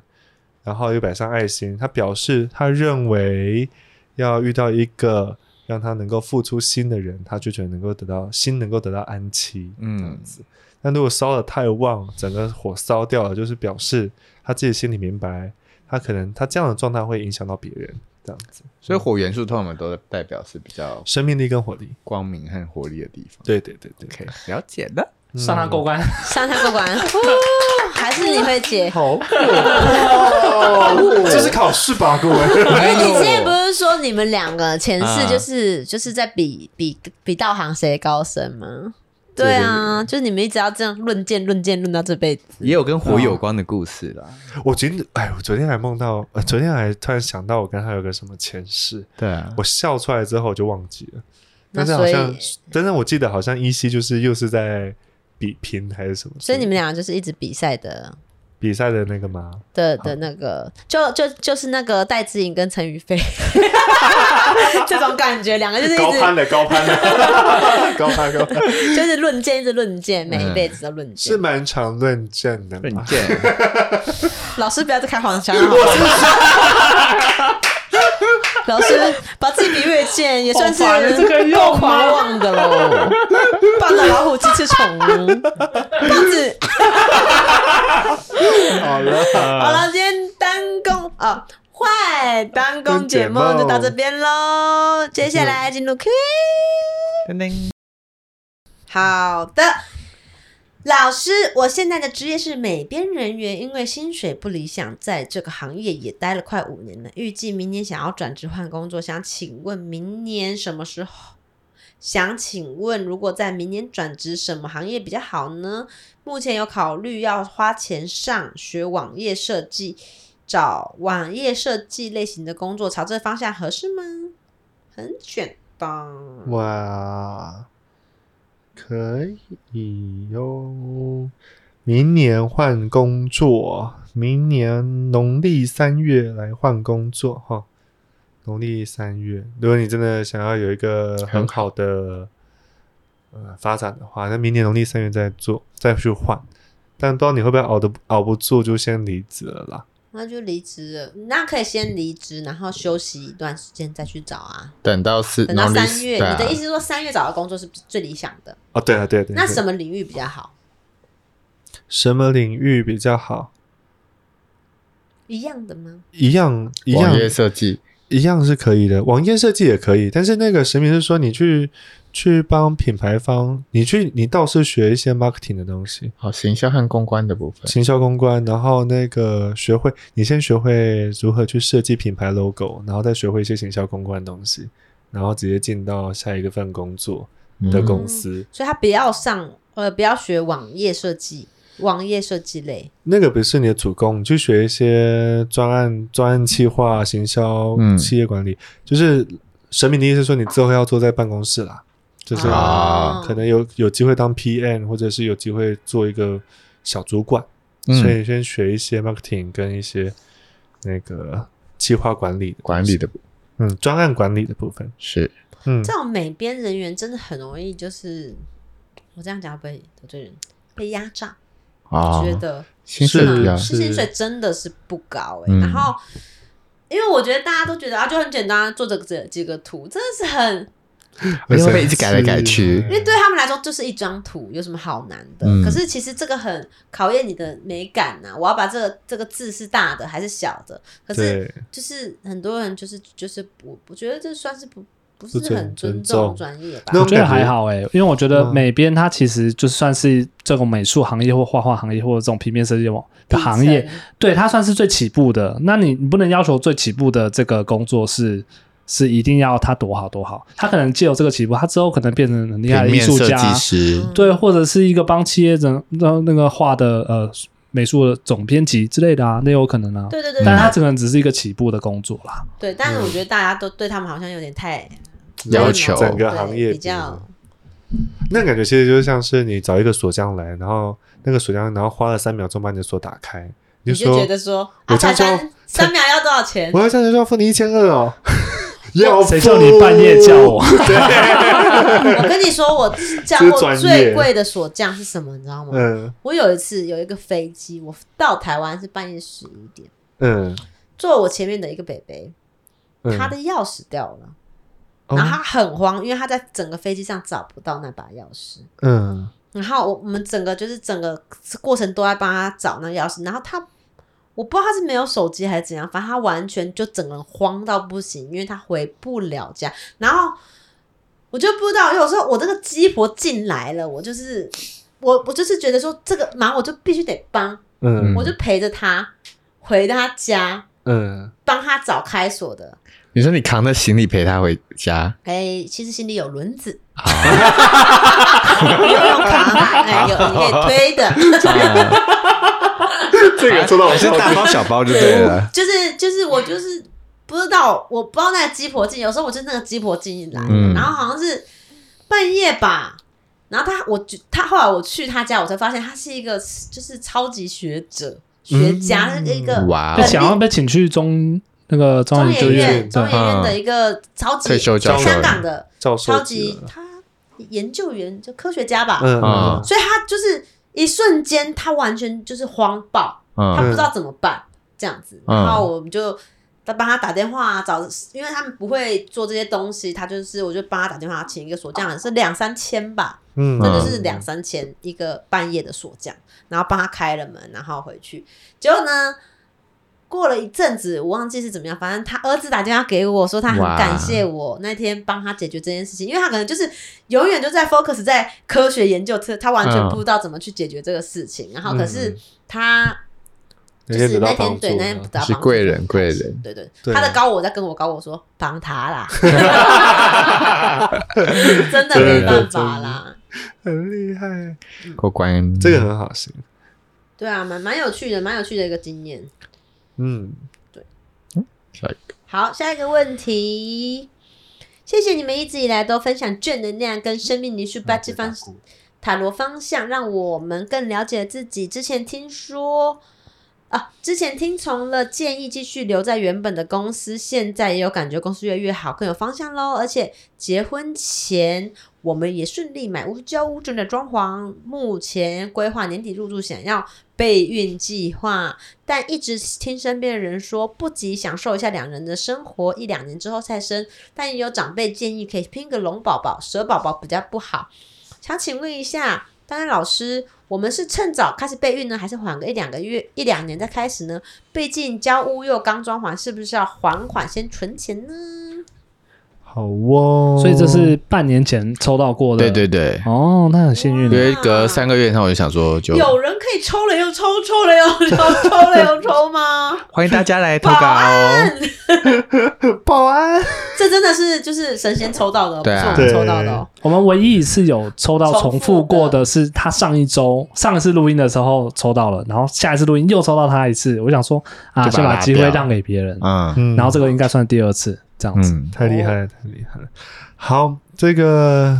然后又摆上爱心，他表示他认为要遇到一个让他能够付出心的人，他就觉得能够得到心能够得到安息，
嗯
嗯，这样子。但如果烧的太旺，整个火烧掉了，就是表示他自己心里明白，他可能他这样的状态会影响到别人，这样子。
所以火元素通常都代表是比较
生命力跟火力，
光明和活力的地方。
对对对对，
，OK，了解了。
*laughs* 上他过关，
上他过 *laughs* 关，呼哦还是你会解？
好，这是考试吧，各位？
可是你之前不是说你们两个前
啊
世就是、就是在比比比道行谁高深吗？对啊，就是你们一直要这样论剑论剑论到这辈子。
也有跟火有关的故事啦。
我昨天，哎，我昨天还梦到，呃，昨天还突然想到我跟他有个什么前世，
对啊，
我笑出来之后我就忘记了。
那
但是好
所
像
以，
但是我记得好像依稀就是又是在比拼还是什么，
所以你们俩就是一直比赛的
比赛的那个吗？
的的那个，就就就是那个戴志颖跟陈宇飞 *laughs* 这种感觉，两个就是一直
的，高
*laughs*
攀的，高攀高攀，
就是论剑，一直论剑，每一辈子都论剑。
是蛮常论证的嘛。
论剑，
老师不要再开黄腔了。好吗老师把自己比越贱，也算是
哦
够狂妄的 *laughs* 喽。棒的老虎鸡吃虫，棒子。
好了，
好了，今天单工啊，坏单工解梦就到这边喽。接下来进入 Q。
噔噔
好的，老师，我现在的职业是美编人员，因为薪水不理想，在这个行业也待了快五年了，预计明年想要转职换工作，想请问明年什么时候？想请问，如果在明年转职，什么行业比较好呢？目前有考虑要花钱上学网页设计，找网页设计类型的工作，朝这方向合适吗？很简单。
哇，可以哟！明年换工作，明年农历三月来换工作哈。农历三月，如果你真的想要有一个很好的呃发展的话，那明年农历三月再做，再去换。但不知道你会不会熬的熬不住，就先离职了啦。
那就离职了，那可以先离职，然后休息一段时间再去找啊。
等到是
等到
农历
三月，
对啊
你的意思是说三月找到工作是最理想的？
哦，对啊，对啊对啊。
那
对啊
什么领域比较好？
什么领域比较好？
一样的吗？
一样一样
网页设计，
一样是可以的，网页设计也可以，但是那个神明是说你去去帮品牌方，你去你倒是学一些 marketing 的东西，
好，行销和公关的部分。
行销公关，然后那个学会你先学会如何去设计品牌 logo，然后再学会一些行销公关的东西，然后直接进到下一个份工作的公司，
所以他不要上，呃，不要学网页设计，网页设计类。
那个不是你的主攻，你去学一些专案、专案企划、行销、
嗯
企业管理，就是神明的意思是说你之后要坐在办公室啦，就是
啊
可能有有机会当 PM，或者是有机会做一个小主管，
嗯
所以先学一些 marketing 跟一些那个企划管理的
管理，的部
嗯，专案管理的部分，
是
嗯
这，种美编人员真的很容易，就是我这样讲会不会得罪人，被压榨。
啊
我觉得
薪水比较
啊，是薪水真的是不高哎、欸
嗯
然后，因为我觉得大家都觉得啊，就很简单，做这个几个图，真的是很，
因为会一直改来改去
因为对他们来说就是一张图，有什么好难的？
嗯
可是其实这个很考验你的美感呐、我要把这个这个字是大的还是小的？可是
对，
就是很多人就是就是不，我觉得这算是不不是
不尊
很尊
尊
重
重
专业吧
那？
我
种
觉得
感觉
还好哎、因为我觉得
嗯
美编它其实就算是这种美术行业或画画行业或者这种平面设计网的
底
行业，
层
对它算是最起步的。那你你不能要求最起步的这个工作是是一定要它多好多好，它可能借由这个起步，它之后可能变成很厉害的艺
平面
术
设
家，
计师，
对，或者是一个帮企业整那那个画的呃美术的总编辑之类的啊，那有可能啊。
对对对，
但它
但
这个人只是一个起步的工作啦。
对，但
嗯
是我觉得大家都对他们好像有点太
要求
整个行业
对比较。
那感觉其实就像是你找一个锁匠来，然后那个锁匠，然后花了三秒钟把你的锁打开，
你
就说
觉得说，
我
啊，
这
才
样说
三三秒要多少钱？ *laughs*
我要下学就要付你一千二哦，要
谁叫你半夜
*laughs*
叫我？
*laughs* 我跟你说，我叫
这是
过
专业
最贵的锁匠是什么，你知道吗？
嗯
我有一次有一个飞机，我到台湾是半夜十一点，
嗯，
坐我前面的一个北北，
嗯
他的钥匙掉了，
哦
然后他很慌，因为他在整个飞机上找不到那把钥匙。
嗯
然后我我们整个就是整个过程都在帮他找那个钥匙，然后他我不知道他是没有手机还是怎样，反正他完全就整个人慌到不行，因为他回不了家。然后我就不知道，因为我说我这个鸡婆进来了，我就是我我就是觉得说这个忙我就必须得帮，
嗯
我就陪着他回他家，
嗯
帮他找开锁的。
你说你扛着行李陪他回家，
哎，其实心里有轮
*laughs*
子，不用用扛，
*laughs*
哎，有你可以推的。。
这个说到我
还是大包小包就对了
就是就是我就是不知道，我不知道那个鸡婆进，有时候我就那个鸡婆进来，
嗯
然后好像是半夜吧，然后他我就他后来我去他家，我才发现他是一个就是超级学者学家，是一个
*laughs* 哇
被
哦，
想要被请去中那个中
中
研
研
就
院
院，对
中研院的一个超级
退休教授
香港的
教授
超
级
级
了
他研究员就科学家吧，
嗯
啊
所以他就是一瞬间他完全就是慌爆，他不
嗯
知道怎么办，这样子，
嗯
然后我们就他帮他打电话、啊、找，因为他们不会做这些东西，他就是我就帮他打电话请一个锁匠，是两三千吧，
啊
嗯，
这就是两三千一个半夜的锁匠，然后帮他开了门，然后回去，结果呢？过了一阵子，我忘记是怎么样，反正他儿子打电话给我说他很
哇
感谢我那天帮他解决这件事情，因为他可能就是永远就在 focus 在科学研究，他他完全
嗯
不知道怎么去解决这个事情，然后可是他
那
就
天
是
得
那天
到帮助
对那天
了
得到帮
是
助
贵人贵
是
人
对对，
对
他的高我在跟我高我说帮他啦， *laughs* 真的
真
没
的
办法啦，
嗯很厉害，
过嗯关
这个很好行，
对啊，蛮蛮有趣的，蛮有趣的一个经验。
嗯，
好，下一个问题，谢谢你们一直以来都分享正能量跟生命灵数八字方塔罗方向，让我们更了解自己。之前听说。啊，之前听从了建议，继续留在原本的公司，现在也有感觉公司越来越好，更有方向喽。而且结婚前我们也顺利买屋交屋，正在装潢，目前规划年底入住，想要备孕计划。但一直听身边的人说不急，享受一下两人的生活，一两年之后再生。但也有长辈建议可以拼个龙宝宝、蛇宝宝比较不好。想请问一下，当然老师，我们是趁早开始备孕呢，还是缓个一两个月、一两年再开始呢？毕竟交屋又刚装潢，是不是要缓缓先存钱呢？
好哦，
所以这是半年前抽到过的。
对对对，
哦，那很幸运
因
的。
为隔三个月以上我就想说就
有人可以抽了又抽，抽了又 *laughs* 抽，抽了又抽吗？
欢迎大家来投稿哦，
保安，
*laughs* 这真的是就是神仙抽到的哦，不
对
是
啊
我们抽到的哦。
我们唯一一次有抽到重复过的是，他上一周上一次录音的时候抽到了，然后下一次录音又抽到他一次。我想说啊，
就把他
先把
拉
机会
掉
让给别人，
嗯
嗯
然后这个应该算第二次这样子。
嗯，
太厉害了，太厉害了。好，这个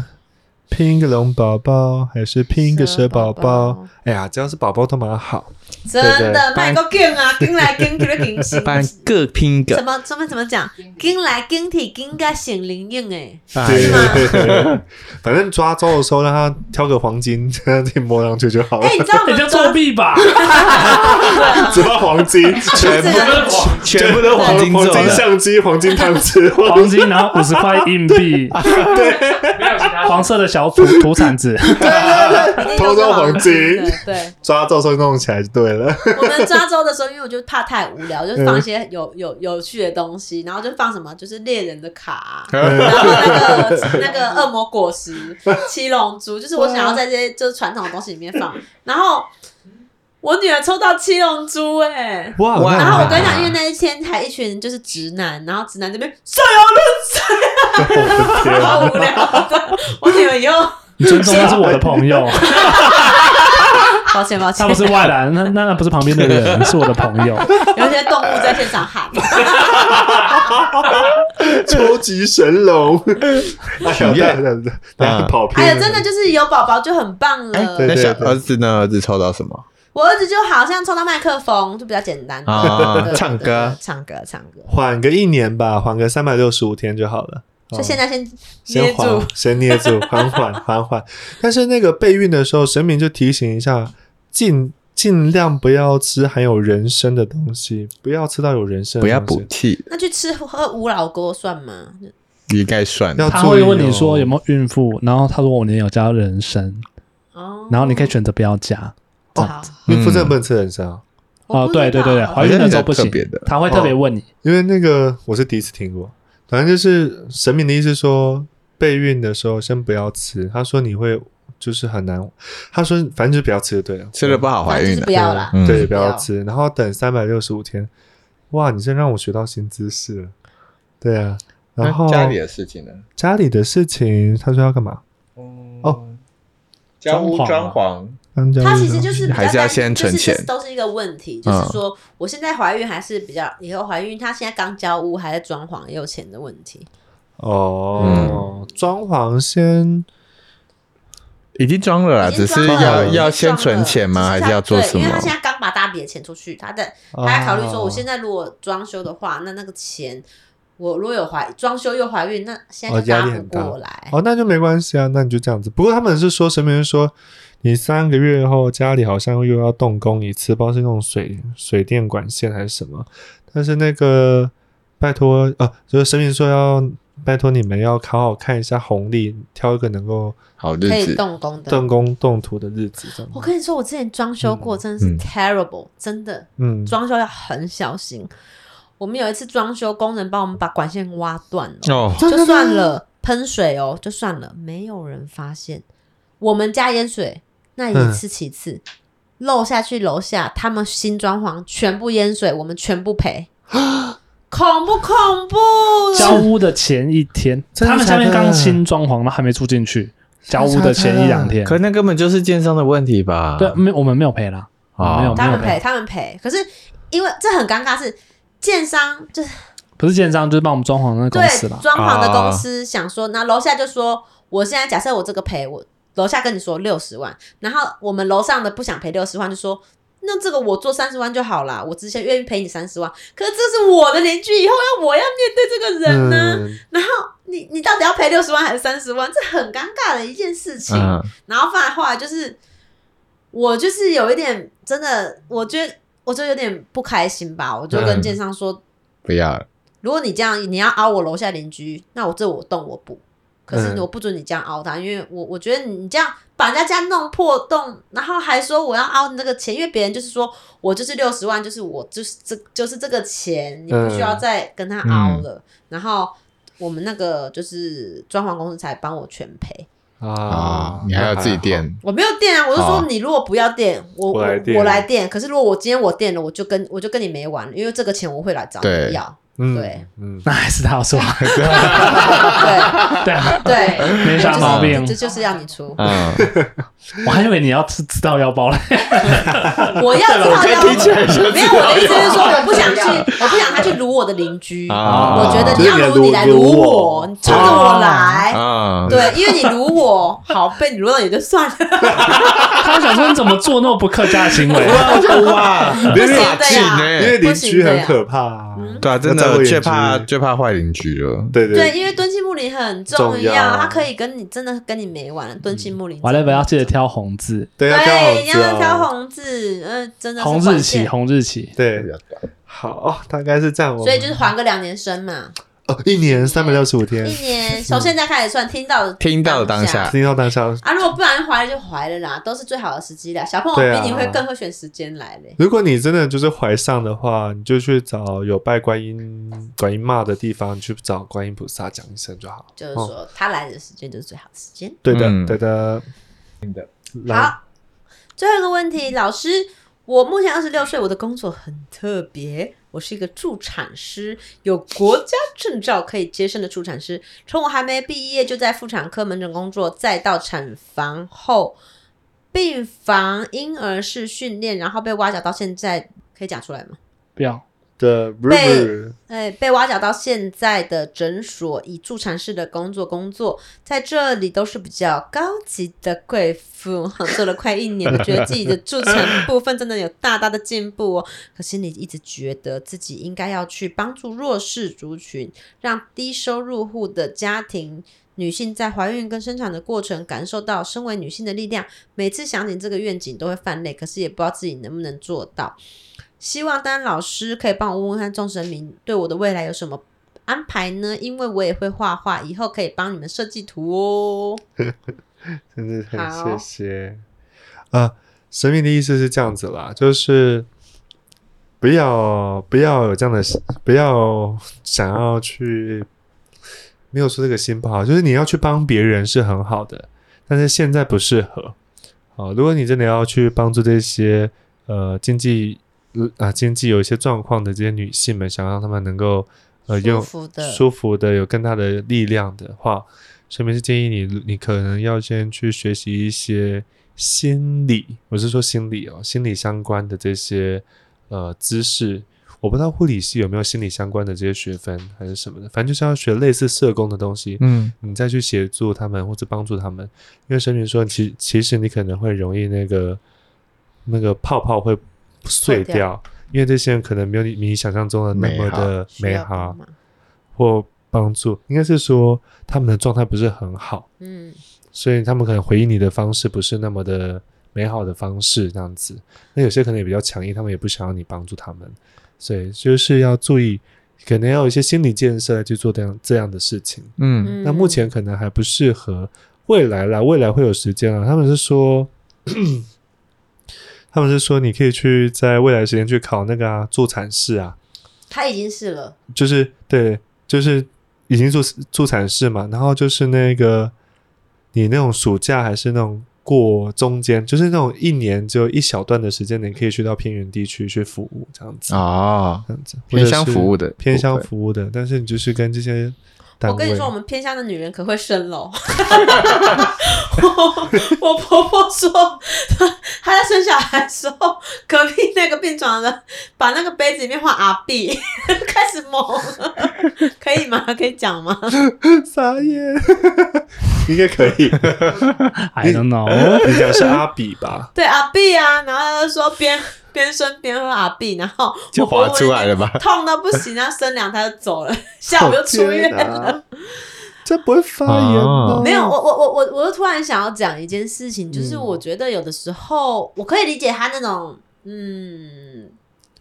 拼一个龙宝宝，还是拼一个蛇宝
蛇宝
宝
宝？
哎呀，只要是宝宝都蛮好。
真
对
的
对，
卖个劲啊，劲来劲去的劲心。
不然各拼一
怎
个，
么怎么怎么讲？劲来劲去，劲个显灵应哎，
对对对 *laughs* 对，反正抓周的时候让他挑个黄金， *laughs* 这样自己摸上去就好了
哎，。你知
*laughs*
道我
人
们
家
抓
作弊吧？
只要黄
*laughs*
金，全部
全部都是黄金
黄
做
金
的，
相机、黄金汤 *laughs* 匙、黄
*laughs* 黄金，然后五十块硬币， *laughs* 黄色的小土土铲子，
一定都
偷
是
到黄金，
的对，
抓周的时候弄起来就对了。
我们抓周的时候，因为我就怕太无聊，就放一些有有有趣的东西，然后就放什么，就是猎人的卡，啊然后那个那个恶魔果实、七龙 *laughs* 珠，就是我想要在这些就是传统的东西里面放。然后我女儿抽到七龙珠、哎。
哇
哇
然后我
那
跟你讲，因为那一天还一群就是直男，然后直男这边 *laughs* 上有论水，好无聊的。我女儿以后
你尊重他是我的朋友，
抱歉抱歉
他不，是外来，那那那不是旁边的人，是我的朋友。
*laughs* 有一些动物在现场 *laughs* 喊，
*laughs* 超级神 *laughs* 龙，哎呀，对对对，然后跑偏
哎
了。
呀，真的就是有宝宝就很棒
哎
了。
对
那
对
小
对
儿子呢？儿子抽到什么？
我儿子就好像抽到麦克风，就比较简单
啊
对对
唱歌
对唱歌，唱歌。
缓个一年吧，缓个三百六十五天就好了。
哦
所以现在先
先
捏住
缓，先捏
*laughs*
住，缓缓，缓缓。但是那个备孕的时候，神明就提醒一下，尽尽量不要吃含有人参的东西，不要吃到有人参
不
的
要
东西，
补气，
那去吃喝无老锅算吗？
应该算
要
他
注
会
意
问你
哦
说有没有孕妇，然后他说我们有加人参，
哦，
然后你可以选择不要加。这样
好
子
孕
嗯
妇真的不能吃人参啊，
哦，对对对对，怀
好
孕
像
的
比
时候
较
不
特
行
别的，
他会特别
哦
问你。
因为那个我是第一次听过。反正就是神明的意思说，备孕的时候先不要吃。他说你会就是很难，他说反正就是不要吃就对了，
吃了不好怀
反正就
孕
是
的
不。要啦。
嗯
对，不
不
要
要
吃，然后等三百六十五天。哇，你真让我学到新知识了。对啊，然后
那家里的事情呢？
家里的事情，他说要干嘛？哦，
家务
装潢
装
啊
潢
搬家
他
务
其实
吗
就是比较
嗯还是要
担
先
就是
存钱嗯
这都是一个问题，就是说我现在怀孕还是比较以后怀孕，他现在刚交屋还在装潢，也有钱的问题。
嗯
哦，装潢先
已经装了啦，
已经
啊只
装
是
了
要
已经
要
装
先
了
存钱吗？还
只
是要做
对
什
因
么
为他？现在刚把大笔的钱出去，他的
哦
他在考虑
啊
说，我现在如果装修的话，那那个钱我如果有怀装修又怀孕，那现在
哦
就
压
搭
力
不
很大
过来。
哦，那就没关系啊，那你就这样子。不过他们是说，神明是说，你三个月后家里好像又要动工一次，不知道是用水水电管线还是什么。但是那个拜托啊，就是神明说要拜托你们要好好看一下红历，挑一个能够
好
可
日
以
子，
动工的。
动工动土的日子，这
啊
样
我。跟你说，我之前装修过，真的是
嗯
terrible，、真的
嗯，
装修要很小心。我们有一次装修，工人帮我们把管线挖断了，
哦，
就算了，喷水哦，就算了，没有人发现。我们家淹水那一次其次，漏下去楼下，他们新装潢全部淹水，我们全部
*gasps*
赔，恐不恐怖？
交屋的前一天，
真的
他们下面
假的
刚新装潢，然后还没住进去。交屋的前一两天，
可那根本就是建商的问题吧？
对，没我们没有赔啦，
哦
没有没
他
有
们赔，他们赔。可是因为这很尴尬是，建商就是。
不是建商，就是帮我们装潢的那公
对
司啦。
装潢的公司想说，那楼下就说，我现在假设我这个赔，我楼下跟你说六十万，然后我们楼上的不想赔六十万，就说。那这个我做三十万就好啦，我之前愿意赔你三十万，可是这是我的邻居，以后要我要面对这个人呢、
嗯，
然后你你到底要赔六十万还是三十万？这很尴尬的一件事情。
嗯，
然后反而后来就是，我就是有一点真的，我觉得我就有点不开心吧，我就跟
嗯
建商说，
不要了，
如果你这样，你要凹我楼下邻居，那我这我动我补。可是
嗯
我不准你这样凹他，因为我我觉得你这样把人家家弄破洞，然后还说我要凹你那个钱，因为别人就是说我就是六十万，就是我就是这就是这个钱，你不需要再跟他凹了。
嗯
然后我们那个就是装潢公司才帮我全赔，
啊
啊，，你还要自己
*laughs*
垫。
垫，
我没有垫啊，我就
哦
说你如果不要垫，我
我
我
来垫
我来垫。可是如果我今天我垫了，我就跟我就跟你没完，因为这个钱我会来找
对。
你要。 *laughs*
嗯，
对
嗯，
那还是他说，
对
对啊，
对，
没啥毛病。
这就是要你出
嗯，
我还以为你要知知道腰包嘞， *laughs*
我要知道要，
听起来像
没有我的意思是说，我不想去，我不想他去撸我的邻居。
啊
我觉得你要撸你来
就是
撸
你来撸
我，
我
你冲着我来。
啊，
对，因为你撸我，好被你撸到也就算了，
他想说你怎么做那么不客家的行为？
哇，
不
不
行啊的呀。嗯
因为邻居很可怕啊。
对啊，真
那照
的
顾
最
邻居
怕最怕坏邻居了。
对对
对，因为敦亲睦邻很重
重要
要，他可以跟你真的跟你没完。敦亲睦邻，
嗯完了，不要记得挑红字，
对，要挑
对，
红
一
字
定要
哦
挑红字，嗯，真的是
红
关
日
键
起，。红日起。
嗯
对，好、哦，大概是这样。我
所以
们
就是还个两年生嘛，
哦，一年三百六十五天
一，年从现在开始算，听到的
听到的当
当
下
听到大家。
啊，如果不然怀了就怀了啦，都是最好的时机啦。小朋
对
友
啊
比你会更会选时间来嘞。
如果你真的就是怀上的话，你就去找有拜观音、观音妈的地方，你去找观音菩萨讲一声就好。
就是
哦，
说，他来的时间就是最好的时间。
对的，
嗯
对的，来，
好，最后一个问题，老师，我目前二十六岁，我的工作很特别，我是一个助产师，有国家证照可以接生的助产师。从我还没毕业就在妇产科门诊工作，再到产房后病房婴儿室训练，然后被挖角到现在，可以讲出来吗？
不要，
的 river
哎，被挖角到现在的诊所，以助产士的工作工作，在这里都是比较高级的贵妇，做了快一年，我觉得自己的助产部分真的有大大的进步哦。可心里一直觉得自己应该要去帮助弱势族群，让低收入户的家庭女性在怀孕跟生产的过程感受到身为女性的力量。每次想起这个愿景都会泛泪，可是也不知道自己能不能做到。希望丹老师可以帮我问问看众神明对我的未来有什么安排呢？因为我也会画画，以后可以帮你们设计图哦。
真的
好
很谢谢啊！神明的意思是这样子啦，就是不要不要有这样的，不要想要去，没有说这个心不好，就是你要去帮别人是很好的，但是现在不适合。好，如果你真的要去帮助这些呃经济呃啊经济有一些状况的这些女性们，想让她们能够呃
舒
用
服的
舒服的有更大的力量的话，上面是建议你你可能要先去学习一些心理，我是说心理哦，心理相关的这些呃知识。我不知道护理系有没有心理相关的这些学分还是什么的，反正就是要学类似社工的东西，
嗯，
你再去协助他们或者帮助他们，因为神明说，其其实你可能会容易那个那个泡泡会碎
掉
掉，因为这些人可能没有你你想象中的那么的
需
美
要帮
好
忙
或帮助，应该是说他们的状态不是很好，
嗯，
所以他们可能回应你的方式不是那么的美好的方式这样子。那有些可能也比较强硬，他们也不想要你帮助他们，所以就是要注意，可能要有一些心理建设来去做这样这样的事情。
嗯，
那目前可能还不适合，未来啦，未来会有时间啊。他们是说，他们是说你可以去在未来时间去考那个啊助产士啊，
他已经是了，
就是对，就是已经助助产士嘛，然后就是那个你那种暑假还是那种过中间，就是那种一年只有一小段的时间，你可以去到偏远地区去服务这样子，
哦，
这样子
偏乡服务的
或者是偏乡
部分
服务的，但是你就是跟这些单
我
位，
跟你说，我们偏乡的女人可会生
*laughs*
喽。我我婆婆说，她在生小孩的时候，隔壁那个病床的把那个杯子里面画阿 B，开 *laughs* 始猛
*laughs*
了，可以吗？可以讲吗？
傻眼， *laughs* 应该可
*laughs*
以。
I don't
呃
know，
你讲是阿比吧？
对阿 B 啊，然后他就说边边生边喝阿 B，然后
就
我婆
滑
婆
出来
已经
了吧？
痛到不行，然后生两胎就走了， *laughs* 下午就出院了。
啊
啊这不会发炎吗？
哦
没有，我我我我我又突然想要讲一件事情，就是
嗯
我觉得有的时候我可以理解他那种，嗯，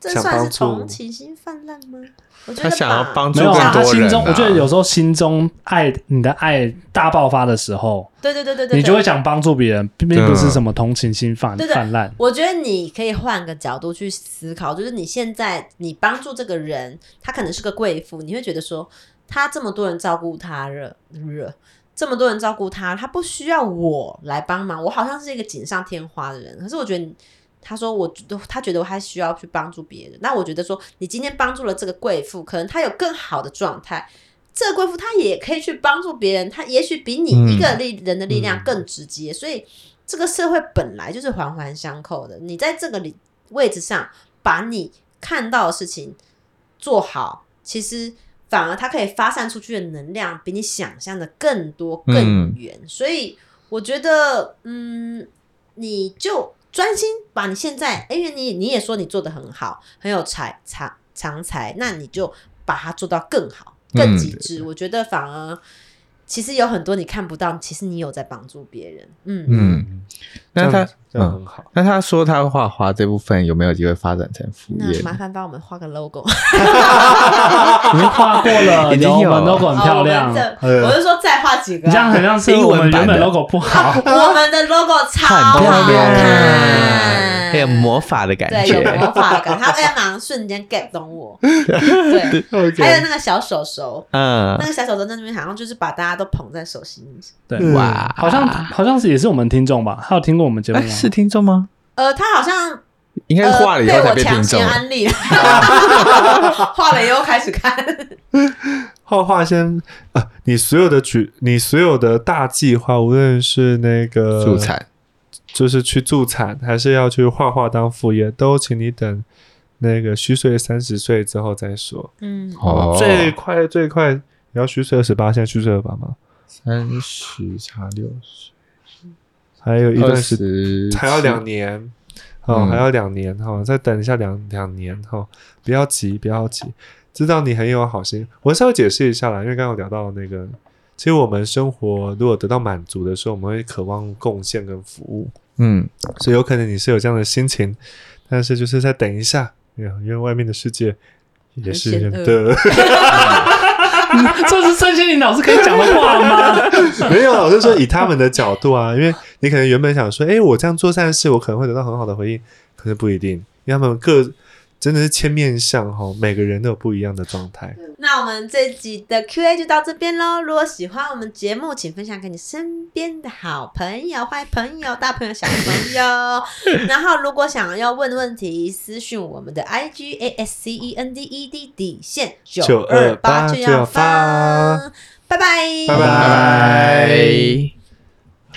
这
想
算是
帮助
同情心泛滥吗？我觉得
他想要
吧
帮助
没
更
有
多人、
啊
啊，
他心中，我觉得有时候心中爱你的爱大爆发的时候，
对对对对对，
你就
对
会想帮助别人，并并不是什么同情心泛
对对
泛滥。
我觉得你可以换个角度去思考，就是你现在你帮助这个人，她可能是个贵妇，你会觉得说，她这么多人照顾她了，热这么多人照顾她，她不需要我来帮忙，我好像是一个锦上添花的人。可是我觉得你，她说我觉得她觉得我还需要去帮助别人，那我觉得说，你今天帮助了这个贵妇，可能她有更好的状态。这个贵妇她也可以去帮助别人，她也许比你一个力人的力量更直接，所以这个社会本来就是环环相扣的。你在这个里位置上，把你看到的事情做好，其实反而它可以发散出去的能量，比你想象的更多更远。所以我觉得，嗯，你就专心把你现在，哎因为你你也说你做的很好，很有才长长才，那你就把它做到更好、更
嗯
极致。我觉得反而。其实有很多你看不到，其实你有在帮助别人。嗯
嗯，那
这
他嗯
样这样很好。
那他说他画花这部分有没有机会发展成副
那
业？
麻烦帮我们画个 logo，啊
已经画过了，
*laughs* 已经
有我
有啊
们 logo 很漂
哦好我
亮哎
们。这我就说再画几个
你这样
啊、
很像是
英
我
文
们原
版
本
的
logo 不
*laughs*
好，
我们的 logo 超好
很漂亮，
看，
很有魔法的感
对，有
觉。
魔法感。他哎，马上瞬间 get 懂
*laughs*
我。对，还有那个小手手，
嗯
那，个小手手在那边好像就是把大家都捧在手心里。
对，
嗯
哇，
好像好像是也是我们听众吧？他有听过我们节目
哎
吗？
*laughs* 是听众吗？
呃，他好像
应该
呃
是画了以后
被
才
我
变
强
听众
行。安
*laughs*
利，画了以后开始看。
画画先啊，你所有的举，你所有的大计划，无论是那个
助，产，
就是去助产，还是要去画画当副业，都请你等那个虚岁三十岁之后再说。
*laughs* 嗯，
哦
最快最快也要虚岁二十八，现在虚岁二八吗？
三十差六十，
还有一
二
段时
十
还要两年，哦，
嗯
还要两年哈、哦，再等一下两两年哈、哦，不要急，不要急，知道你很有好心。我稍微解释一下啦，因为刚刚有聊到那个，其实我们生活如果得到满足的时候，我们会渴望贡献跟服务，
嗯，
所以有可能你是有这样的心情，但是就是再等一下，因为因为外面的世界也是人
很险
的。
这是身心灵老师可以讲的话吗？
*laughs* 没有，我是说以他们的角度啊，因为你可能原本想说，哎，我这样做善事，我可能会得到很好的回应，可是不一定，因为他们各真的是千面相哈、每个人都有不一样的状态。
那我们这集的 Q&A 就到这边喽。如果喜欢我们节目，请分享给你身边的好朋友、坏朋友、大朋友、小朋友。 *laughs* 然后，如果想要问问题，私讯我们的 IG A S C E N D E D 底线九二八
928
就要
就要
发
发。
拜拜，
拜拜
拜。